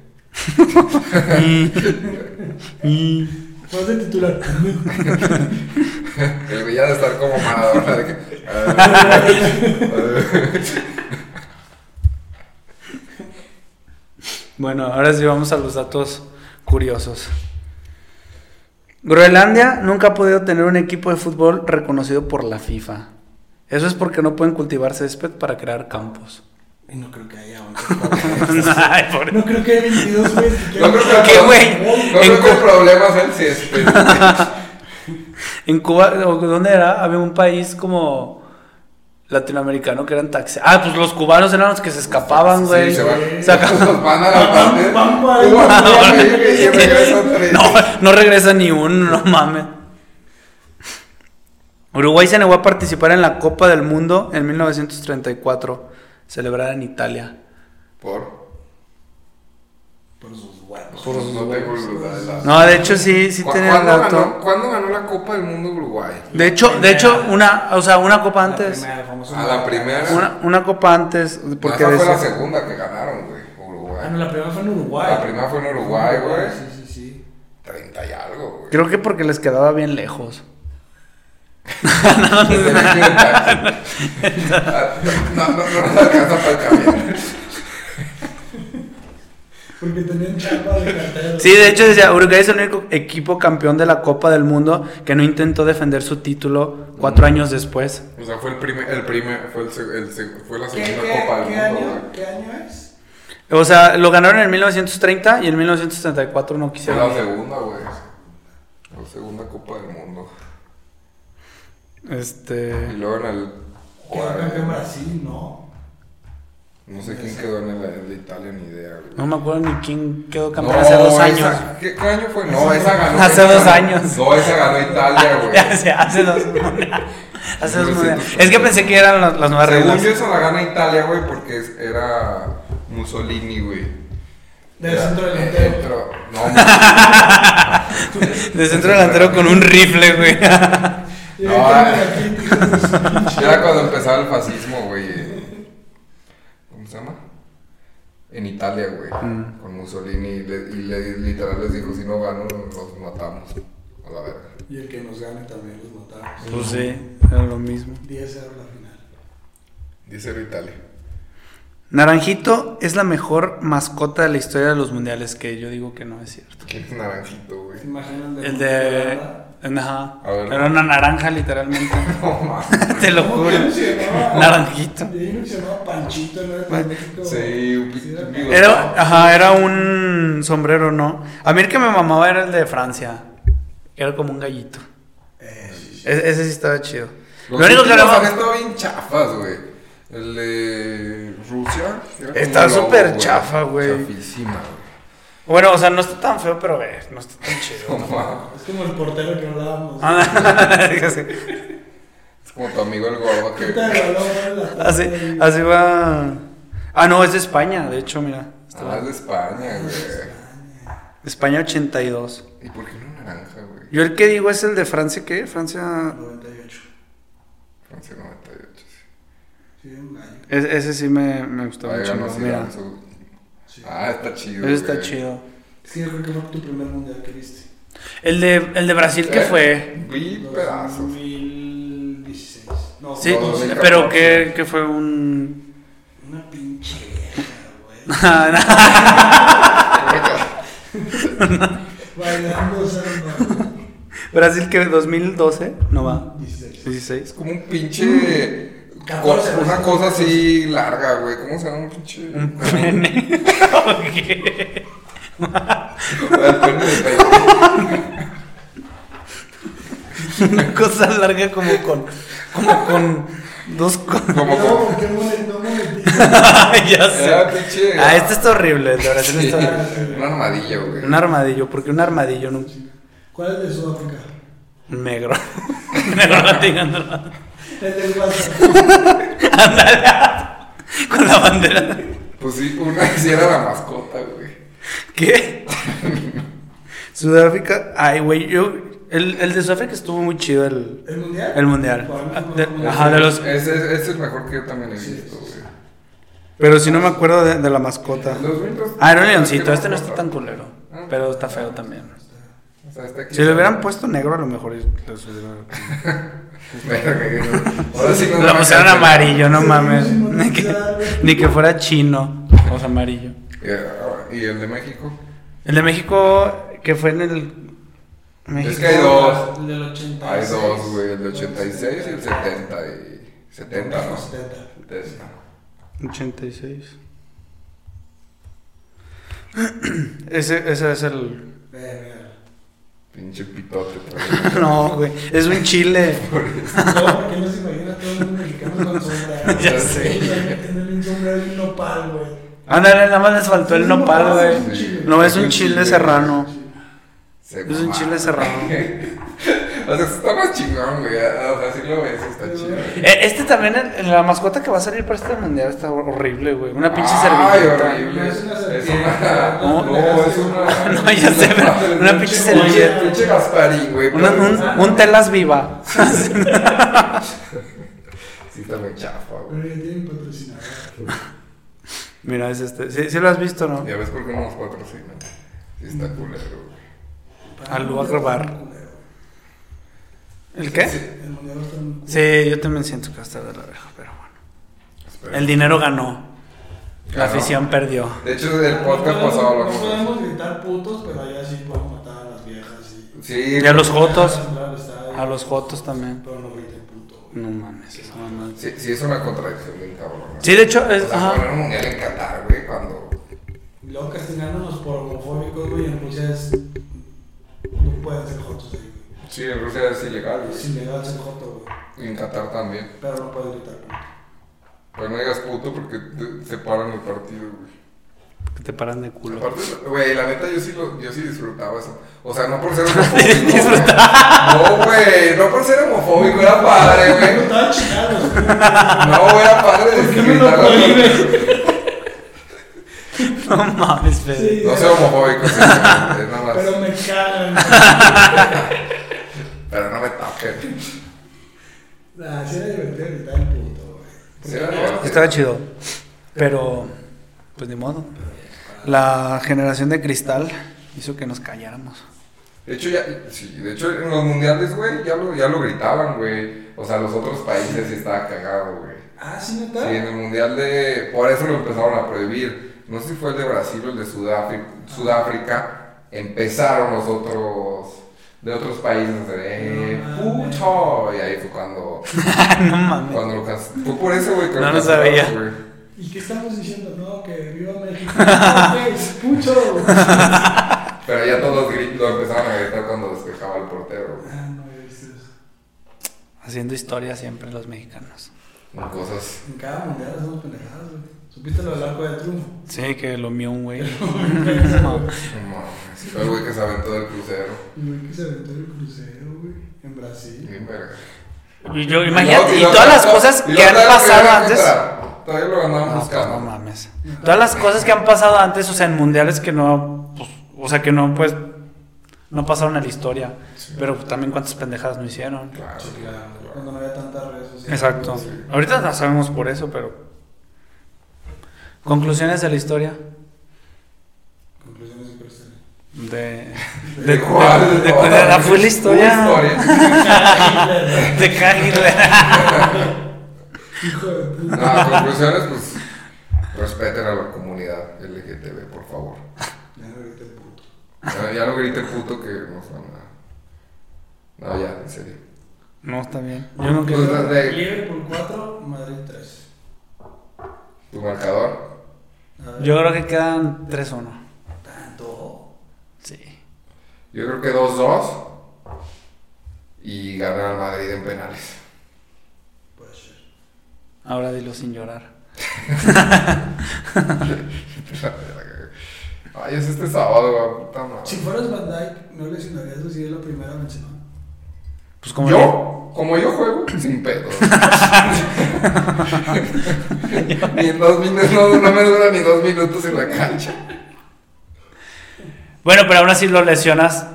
Speaker 2: Mm.
Speaker 3: Fue de titular.
Speaker 1: El güey ya de estar como Maradona. De que, ah,
Speaker 2: Bueno, ahora sí vamos a los datos curiosos. Groenlandia nunca ha podido tener un equipo de fútbol reconocido por la FIFA. Eso es porque no pueden cultivar césped para crear campos.
Speaker 3: Y no creo que haya once.
Speaker 2: Ay, pobre.
Speaker 3: No creo que haya 22, güey. si
Speaker 1: No creo
Speaker 3: quieres.
Speaker 1: que,
Speaker 2: ¿Qué, güey?
Speaker 1: No creo
Speaker 2: En
Speaker 1: que el
Speaker 2: cu-
Speaker 1: problema sea el césped.
Speaker 2: En Cuba, ¿o ¿dónde era? Había un país como latinoamericano que eran taxis. Ah, pues los cubanos eran los que se escapaban, güey.
Speaker 1: Sí, se van.
Speaker 2: Se acabó.
Speaker 1: Los van a la
Speaker 3: Van-
Speaker 1: parte.
Speaker 3: van para-
Speaker 1: Tú vas a ver, güey, y regresan tres.
Speaker 2: No, no regresa ni uno, no mames. Uruguay se negó a participar en la Copa del Mundo en 1934, celebrada en Italia.
Speaker 1: Por.
Speaker 3: Por sus huevos.
Speaker 1: Por no tengo la- la-
Speaker 2: No, de hecho sí, sí
Speaker 1: ¿Cu-
Speaker 2: tenía el
Speaker 1: ¿cuándo ganó,
Speaker 2: dato.
Speaker 1: ¿Cuándo ganó la Copa del Mundo Uruguay?
Speaker 2: De hecho, de hecho, una, o sea, una copa antes.
Speaker 3: primera, famosa.
Speaker 1: A la primera.
Speaker 2: Una, una copa antes, porque
Speaker 1: Esa fue la
Speaker 2: decía-
Speaker 1: segunda que ganaron, güey. Uruguay.
Speaker 3: Ah, no, la primera fue en Uruguay.
Speaker 1: La primera fue en Uruguay, güey.
Speaker 3: Sí, sí, sí.
Speaker 1: 30 y algo, güey.
Speaker 2: creo que porque les quedaba bien lejos.
Speaker 1: No, no, no, no nos alcanza para el camión.
Speaker 3: Porque tenían chamba de cartero.
Speaker 2: Sí, de hecho decía, Uruguay es el único equipo campeón de la Copa del Mundo que no intentó defender su título cuatro años después.
Speaker 1: O sea, fue el primer, el primer, fue, el, se- el se- fue la
Speaker 3: ¿Qué,
Speaker 1: segunda
Speaker 3: qué,
Speaker 1: Copa del
Speaker 3: qué
Speaker 1: Mundo,
Speaker 3: año,
Speaker 1: güey.
Speaker 3: ¿Qué año es?
Speaker 2: O sea, lo ganaron en 1930 y en 1974 no
Speaker 1: Fue la
Speaker 2: quisieron.
Speaker 1: segunda, güey. La segunda Copa del Mundo. Y
Speaker 2: Este.
Speaker 1: luego en el...
Speaker 3: Quedó campeón
Speaker 1: cuarenta-
Speaker 3: Brasil, no.
Speaker 1: No sé quién quedó en el, el de Italia, ni idea, güey.
Speaker 2: No me acuerdo ni quién quedó campeón
Speaker 1: No,
Speaker 2: hace dos años.
Speaker 1: esa- ¿qué, qué año fue? No, esa ganó.
Speaker 2: Hace dos años.
Speaker 1: No, esa ganó Italia, güey.
Speaker 2: hace, hace dos monedas. Hace dos monedas.
Speaker 1: 1930.
Speaker 2: Es que pensé que eran las, las nuevas
Speaker 1: Según
Speaker 2: reglas.
Speaker 1: yo, esa la gana Italia, güey, porque es- era Mussolini, güey.
Speaker 3: Del
Speaker 1: Era-
Speaker 3: centro
Speaker 1: eh,
Speaker 3: delantero.
Speaker 1: centro- No,
Speaker 2: De centro delantero con un rifle, güey. Pues
Speaker 3: Y
Speaker 1: No,
Speaker 3: ahí
Speaker 1: ah.
Speaker 3: tienen aquí, tienen sus pinches-
Speaker 1: era cuando empezaba el fascismo, güey. eh. ¿Cómo se llama? En Italia, güey.
Speaker 2: Mm.
Speaker 1: Con Mussolini. Y, le- y le- literal les dijo: si no gano, los matamos. A la verga.
Speaker 3: Y el que nos gane también los matamos.
Speaker 2: Pues sí, era lo mismo.
Speaker 3: 10 euros la final.
Speaker 1: Dice Italia.
Speaker 2: Naranjito es la mejor mascota de la historia de los mundiales, que yo digo que no es cierto.
Speaker 1: ¿Quién es Naranjito, güey?
Speaker 3: ¿Se imaginan
Speaker 2: El de.
Speaker 3: Holanda?
Speaker 2: Ajá.
Speaker 1: A ver.
Speaker 2: Era una naranja, literalmente.
Speaker 1: No mames.
Speaker 2: Te lo
Speaker 3: ¿Cómo
Speaker 2: juro.
Speaker 3: que no se llamaba?
Speaker 2: Naranjito.
Speaker 3: Y ahí no se llamaba Panchito, ¿no? Era de México.
Speaker 1: Sí, un pinche
Speaker 3: era-
Speaker 1: amigo.
Speaker 2: Era, ajá, era un sombrero, ¿no? A mí el que me mamaba era el de Francia. que Era como un gallito.
Speaker 3: Eh, sí, sí.
Speaker 2: E- ese sí estaba chido.
Speaker 1: Los
Speaker 2: Lo único que
Speaker 1: últimos
Speaker 2: era-
Speaker 1: han estado bien chafas, güey. El de Rusia. era como
Speaker 2: Está
Speaker 1: un lobo,
Speaker 2: súper chafa, güey.
Speaker 1: Chafísima, güey.
Speaker 2: Bueno, o sea, no está tan feo, pero eh, no está tan chido. Ah,
Speaker 1: No mames.
Speaker 3: Es como el portero que hablábamos.
Speaker 2: así,
Speaker 1: Es como tu amigo el gordo que.
Speaker 3: Quita el balón, ¿no? La-
Speaker 2: así, así va. Ah, no, es de España, de hecho, mira.
Speaker 1: Ah, es de España, güey.
Speaker 2: España 82.
Speaker 1: ¿Y por qué no naranja, güey?
Speaker 2: Yo el que digo es el de Francia, ¿qué? Francia.
Speaker 3: 98.
Speaker 1: Francia 98. sí.
Speaker 3: Sí, un gallo.
Speaker 2: E- ese sí me, me gustó
Speaker 1: Ahí
Speaker 2: mucho.
Speaker 1: ganó
Speaker 2: ¿no? Mira,
Speaker 1: Zidane su-
Speaker 3: Sí.
Speaker 1: Ah, está chido.
Speaker 2: ese está
Speaker 1: güey.
Speaker 2: chido.
Speaker 3: Sí, yo creo que fue tu primer mundial que viste.
Speaker 2: El de, el de Brasil, ¿qué
Speaker 1: ¿Eh?
Speaker 2: fue?
Speaker 1: Vi pedazos.
Speaker 3: 2016. No,
Speaker 2: Sí,
Speaker 1: Dos mil
Speaker 2: pero
Speaker 1: catorce.
Speaker 2: que, que fue un.
Speaker 3: Una pinche vieja, güey.
Speaker 2: Ah,
Speaker 3: Bailando samba.
Speaker 2: Brasil, que 2012, no va.
Speaker 3: 16.
Speaker 2: 16.
Speaker 1: Es como un pinche.
Speaker 3: Mm. Catorce,
Speaker 1: co- una
Speaker 3: güey.
Speaker 1: cosa así larga, güey. ¿Cómo se llama un pinche.?
Speaker 2: Un pene. Ok.
Speaker 1: El pene de Taylor.
Speaker 2: Una cosa larga como con. Como con. Dos cosas.
Speaker 1: Como
Speaker 3: No,
Speaker 1: como-
Speaker 3: porque no me no me metí.
Speaker 2: ya
Speaker 1: Era
Speaker 2: sé.
Speaker 1: pinche.
Speaker 2: Ah, este está horrible. el De Brasil
Speaker 1: Sí,
Speaker 2: está horrible.
Speaker 1: Una armadilla, güey.
Speaker 2: Un armadillo, porque un armadillo no.
Speaker 3: ¿Cuál es de Sudáfrica?
Speaker 2: Un negro. Un negro latigando.
Speaker 3: El del Guasa.
Speaker 2: Ándale. Con la bandera.
Speaker 1: Pues sí, una sí era la mascota, güey.
Speaker 2: ¿Qué? Sudáfrica. Ay, güey, yo. El, el de Sudáfrica estuvo muy chido el,
Speaker 3: ¿El mundial?
Speaker 2: el mundial.
Speaker 3: Para mí
Speaker 2: Ah,
Speaker 3: fue
Speaker 2: de-
Speaker 3: un
Speaker 2: ajá, de los.
Speaker 1: Ese, ese es el mejor que yo también he visto, güey.
Speaker 2: Pero si no me acuerdo de, de la mascota.
Speaker 1: El 2002
Speaker 2: Ah, era un leoncito.
Speaker 1: creo
Speaker 2: Este no
Speaker 1: que
Speaker 2: está tan culero. Pero está feo también.
Speaker 1: O sea, este aquí
Speaker 2: Si le
Speaker 1: está-
Speaker 2: hubieran puesto negro, a lo mejor. les hubiera-
Speaker 1: Verga, Ahora sí nos
Speaker 2: Lo
Speaker 1: van a
Speaker 2: pusieron
Speaker 1: cancelar.
Speaker 2: amarillo, no
Speaker 3: Sí,
Speaker 2: mames.
Speaker 3: sí,
Speaker 2: Ni que,
Speaker 3: sí.
Speaker 2: ni que fuera chino. O sea, amarillo.
Speaker 1: Y ahora- Y el de México.
Speaker 2: El de México, que fue en el.
Speaker 1: Es que hay dos.
Speaker 3: El del 86.
Speaker 1: Hay dos, güey. El de 86 y el 70. Y 70, ¿no?
Speaker 3: 70.
Speaker 1: 70.
Speaker 2: 86. Ese, ese es el.
Speaker 3: Verga.
Speaker 1: Pinche pitote. trae.
Speaker 2: No, güey. Es un chile.
Speaker 3: No, porque no se imagina todo el mundo mexicano con sombrero.
Speaker 2: Ya sé.
Speaker 3: Tener un sombrero y un nopal, güey.
Speaker 2: Ándale, nada más les faltó el nopal, güey.
Speaker 1: Sí.
Speaker 2: No, es un chile serrano.
Speaker 1: Se
Speaker 2: Es un
Speaker 1: mamaron.
Speaker 2: chile serrano.
Speaker 1: O sea, está más chingón, güey. O sea, si lo ves, está chido.
Speaker 2: Eh, Este también, el- la mascota que va a salir para este mundial está horrible, güey. Una pinche
Speaker 1: Ay,
Speaker 2: servilleta.
Speaker 1: horrible.
Speaker 3: Es una
Speaker 1: Es
Speaker 3: servilleta.
Speaker 1: una.
Speaker 2: No,
Speaker 1: No, es una.
Speaker 2: no, ya sé, pero una pinche servilleta.
Speaker 1: Pinche Gasparín, güey.
Speaker 2: Una-
Speaker 1: pero-
Speaker 2: un, un telas viva.
Speaker 1: Sí, está muy chafa, güey.
Speaker 3: Pero ya tienen patrocinador.
Speaker 2: Mira, es este. Sí, sí lo has visto, ¿no?
Speaker 1: Ya ves por qué no nos patrocinan. Sí, está culero, güey.
Speaker 2: Alú Akbar. ¿El qué?
Speaker 1: Sí,
Speaker 3: El mundial está en-
Speaker 2: Sí, yo también siento que va a estar de la verga, pero bueno.
Speaker 1: espera.
Speaker 2: El dinero ganó. La
Speaker 1: Ganó.
Speaker 2: afición perdió.
Speaker 1: De hecho, el podcast
Speaker 3: no podemos-
Speaker 1: pasado
Speaker 3: No
Speaker 1: hablamos.
Speaker 3: podemos gritar putos, pero allá sí podemos matar a las viejas. Y...
Speaker 1: Sí,
Speaker 2: Y a los jotos.
Speaker 3: Entrar al estadio,
Speaker 2: A los jotos también.
Speaker 3: Pero no griten puto.
Speaker 2: No mames, esa mamá.
Speaker 1: sí, sí, es una contradicción bien cabrón.
Speaker 2: Sí, de hecho,
Speaker 1: O
Speaker 2: es.
Speaker 1: sea,
Speaker 2: Pues, Ajá.
Speaker 1: poner un mundial en Qatar, güey, cuando.
Speaker 3: Y luego castigándonos por homofóbicos, güey, en Rusia es. No pueden ser jotos, ahí, güey.
Speaker 1: Sí, en Rusia es ilegal, güey.
Speaker 3: Es ilegal ser joto, güey.
Speaker 1: Y en Qatar también.
Speaker 3: Pero no puedes gritar puto.
Speaker 1: Pero no digas puto porque te, te paran el partido, güey.
Speaker 2: Que te paran de culo.
Speaker 1: Aparte, güey, la neta yo sí, lo, yo sí disfrutaba eso. O sea, no por ser homofóbico. güey. No, güey, no por ser homofóbico, era padre,
Speaker 3: No
Speaker 1: güey.
Speaker 3: estaban chingados, güey.
Speaker 1: No, era padre
Speaker 3: ¿Por qué me
Speaker 1: discriminar.
Speaker 3: lo
Speaker 1: a los-
Speaker 3: prohíbe?
Speaker 2: No mames, Fede.
Speaker 3: Sí.
Speaker 1: No soy homofóbico, sí, es nada más.
Speaker 3: Pero me cagan, güey.
Speaker 1: Pero no me toquen.
Speaker 3: Nah, sí era divertido gritar el puto, güey.
Speaker 1: Sí, era divertido.
Speaker 2: Estaba chido. Pero. Pues ni modo. La generación de cristal hizo que nos calláramos.
Speaker 1: De hecho, ya, sí, de hecho, en los mundiales, güey, ya lo, ya lo gritaban, güey. O sea, los otros países sí estaba cagado, güey.
Speaker 3: Ah, sí, neta.
Speaker 1: Sí, en el mundial de. Por eso lo empezaron a prohibir. No sé si fue el de Brasil o el de Sudáfrica. Sudáfrica empezaron los otros. De otros países de. eh, ¡Puto! Y ahí fue cuando.
Speaker 2: no mames.
Speaker 1: cuando lo cas- Fue por eso, güey, que
Speaker 2: No
Speaker 1: lo
Speaker 2: lo
Speaker 1: cancelaron,
Speaker 2: sabía.
Speaker 1: güey.
Speaker 3: ¿Y qué estamos diciendo? No, que viva México. Güey, Mucho. Ah,
Speaker 1: Pero ya todos gri- lo empezaron a gritar cuando despejaba el portero, güey.
Speaker 3: Ah, no, eso es-
Speaker 2: Haciendo historia siempre los mexicanos.
Speaker 1: Con Cosas.
Speaker 3: En cada mundial hacemos pendejadas, güey. ¿Supiste lo del arco de triunfo?
Speaker 2: Sí, que lo mío un güey.
Speaker 1: no mames, Fue el güey que se aventó del crucero.
Speaker 3: El güey que se aventó el crucero, güey. En Brasil.
Speaker 1: Bien verga.
Speaker 2: Y yo,
Speaker 1: luego-
Speaker 2: imagínate, y
Speaker 1: luego-
Speaker 2: todas las cosas que
Speaker 1: y luego
Speaker 2: han
Speaker 1: todavía lo
Speaker 2: pasado
Speaker 1: pudieron
Speaker 2: antes.
Speaker 1: quitar. Todavía lo andaban
Speaker 2: No, pues, no
Speaker 1: buscando.
Speaker 2: mames. Todas las cosas que han pasado antes, o sea, en mundiales que no, pues, o sea, que no, pues, no pasaron a la historia. Pero también cuántas pendejadas no hicieron.
Speaker 1: Claro,
Speaker 3: Sí, claro.
Speaker 1: claro.
Speaker 3: Cuando no había tantas redes sociales.
Speaker 2: Exacto.
Speaker 3: Sí.
Speaker 2: Ahorita no sabemos por eso, pero. Conclusiones de la historia
Speaker 3: Conclusiones de crucero.
Speaker 2: de, De, de-
Speaker 1: ¿Cuál?
Speaker 2: de- de- de- la- fue la historia.
Speaker 1: Fue la historia.
Speaker 2: De Hitler.
Speaker 3: Hijo de puta.
Speaker 1: No, a conclusiones, pues respeten a la comunidad LGTB, por favor.
Speaker 3: Ya, ahorita el puto.
Speaker 1: Ya, ya no grite puto que nos van a. No, ya, en serio.
Speaker 2: No, está bien.
Speaker 3: Yo no
Speaker 1: Pues,
Speaker 3: quiero.
Speaker 1: de-
Speaker 3: Liverpool 4, Madrid 3.
Speaker 1: Tu marcador.
Speaker 3: A ver,
Speaker 2: Yo creo que quedan 3-1.
Speaker 3: Tanto.
Speaker 2: Sí.
Speaker 1: Yo creo que 2-2. Y ganar al Madrid en penales.
Speaker 3: Puede ser.
Speaker 2: Ahora dilo sin llorar.
Speaker 1: Ay, es este sábado, güey, puta madre.
Speaker 3: Si fueras Van Dyke, no le signarías así de la primera mencionada.
Speaker 2: Pues como
Speaker 1: Yo, como yo juego, sin pedo. ni en dos minutos, no, no me dura ni dos minutos en la cancha.
Speaker 2: Bueno, pero aún así lo lesionas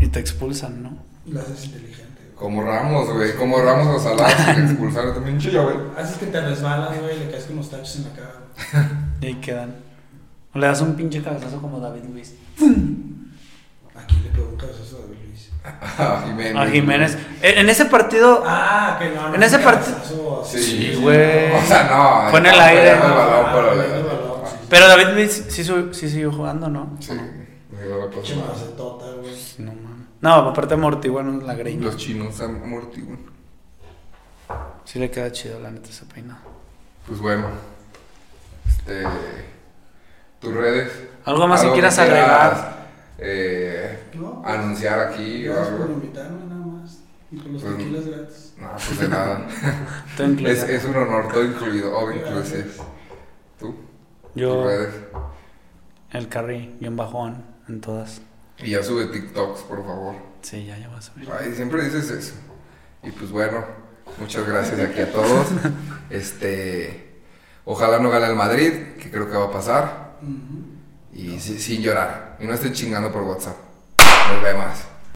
Speaker 2: y te expulsan, ¿no?
Speaker 3: Lo haces inteligente, güey.
Speaker 1: Como Ramos, güey. Como Ramos o Salah, sin expulsar también chillo, güey.
Speaker 3: Haces que te resbalas, güey, le caes con los tachos en la cara. güey.
Speaker 2: Y ahí quedan. O le das un pinche cabezazo como David Luis.
Speaker 3: Aquí le pegó un cabezazo a David Luis.
Speaker 1: A Jiménez.
Speaker 2: A Jiménez. En en ese partido
Speaker 3: Ah, que no. no,
Speaker 2: En ese
Speaker 3: un
Speaker 2: partido-
Speaker 3: cabezazo así.
Speaker 1: Sí,
Speaker 2: Sí, güey.
Speaker 1: O sea, no.
Speaker 2: Fue en el
Speaker 1: estaba
Speaker 2: aire.
Speaker 1: pegando el balón,
Speaker 3: Ah,
Speaker 1: pero-
Speaker 3: pegando el balón, sí.
Speaker 2: Pero David Luis sí, su- sí siguió jugando, ¿no?
Speaker 1: Sí, me dio la cosa
Speaker 3: Pinche
Speaker 1: más.
Speaker 3: macetota, güey.
Speaker 2: No mames. No, aparte amortiguaron la greña.
Speaker 1: Los chinos se amortiguan.
Speaker 2: Sí le queda chido, la neta, ese peinado.
Speaker 1: Pues bueno. Este. Tus redes.
Speaker 2: ¿Algo más que
Speaker 1: ¿Algo
Speaker 2: quieras
Speaker 1: quieras,
Speaker 2: agregar?
Speaker 1: Eh,
Speaker 3: No, pues,
Speaker 1: anunciar aquí o
Speaker 3: gracias por
Speaker 1: algo.
Speaker 3: invitarme nada más. Y con los
Speaker 1: Pues,
Speaker 3: tequilas gratis.
Speaker 1: No, pues de nada.
Speaker 2: Todo incluido.
Speaker 1: es, es un honor, todo incluido. All inclusive. Tú, tus
Speaker 2: Yo,
Speaker 1: redes.
Speaker 2: el carry, bien bajón, en todas.
Speaker 1: Y ya sube TikToks, por favor.
Speaker 2: Sí, ya, ya vas a ver.
Speaker 1: Ay, siempre dices eso. Y pues bueno, muchas gracias aquí a todos. Este. Ojalá no gane el Madrid, que creo que va a pasar.
Speaker 3: Ujú.
Speaker 1: Y si- sin llorar. Y no estén chingando por WhatsApp. Nos vemos.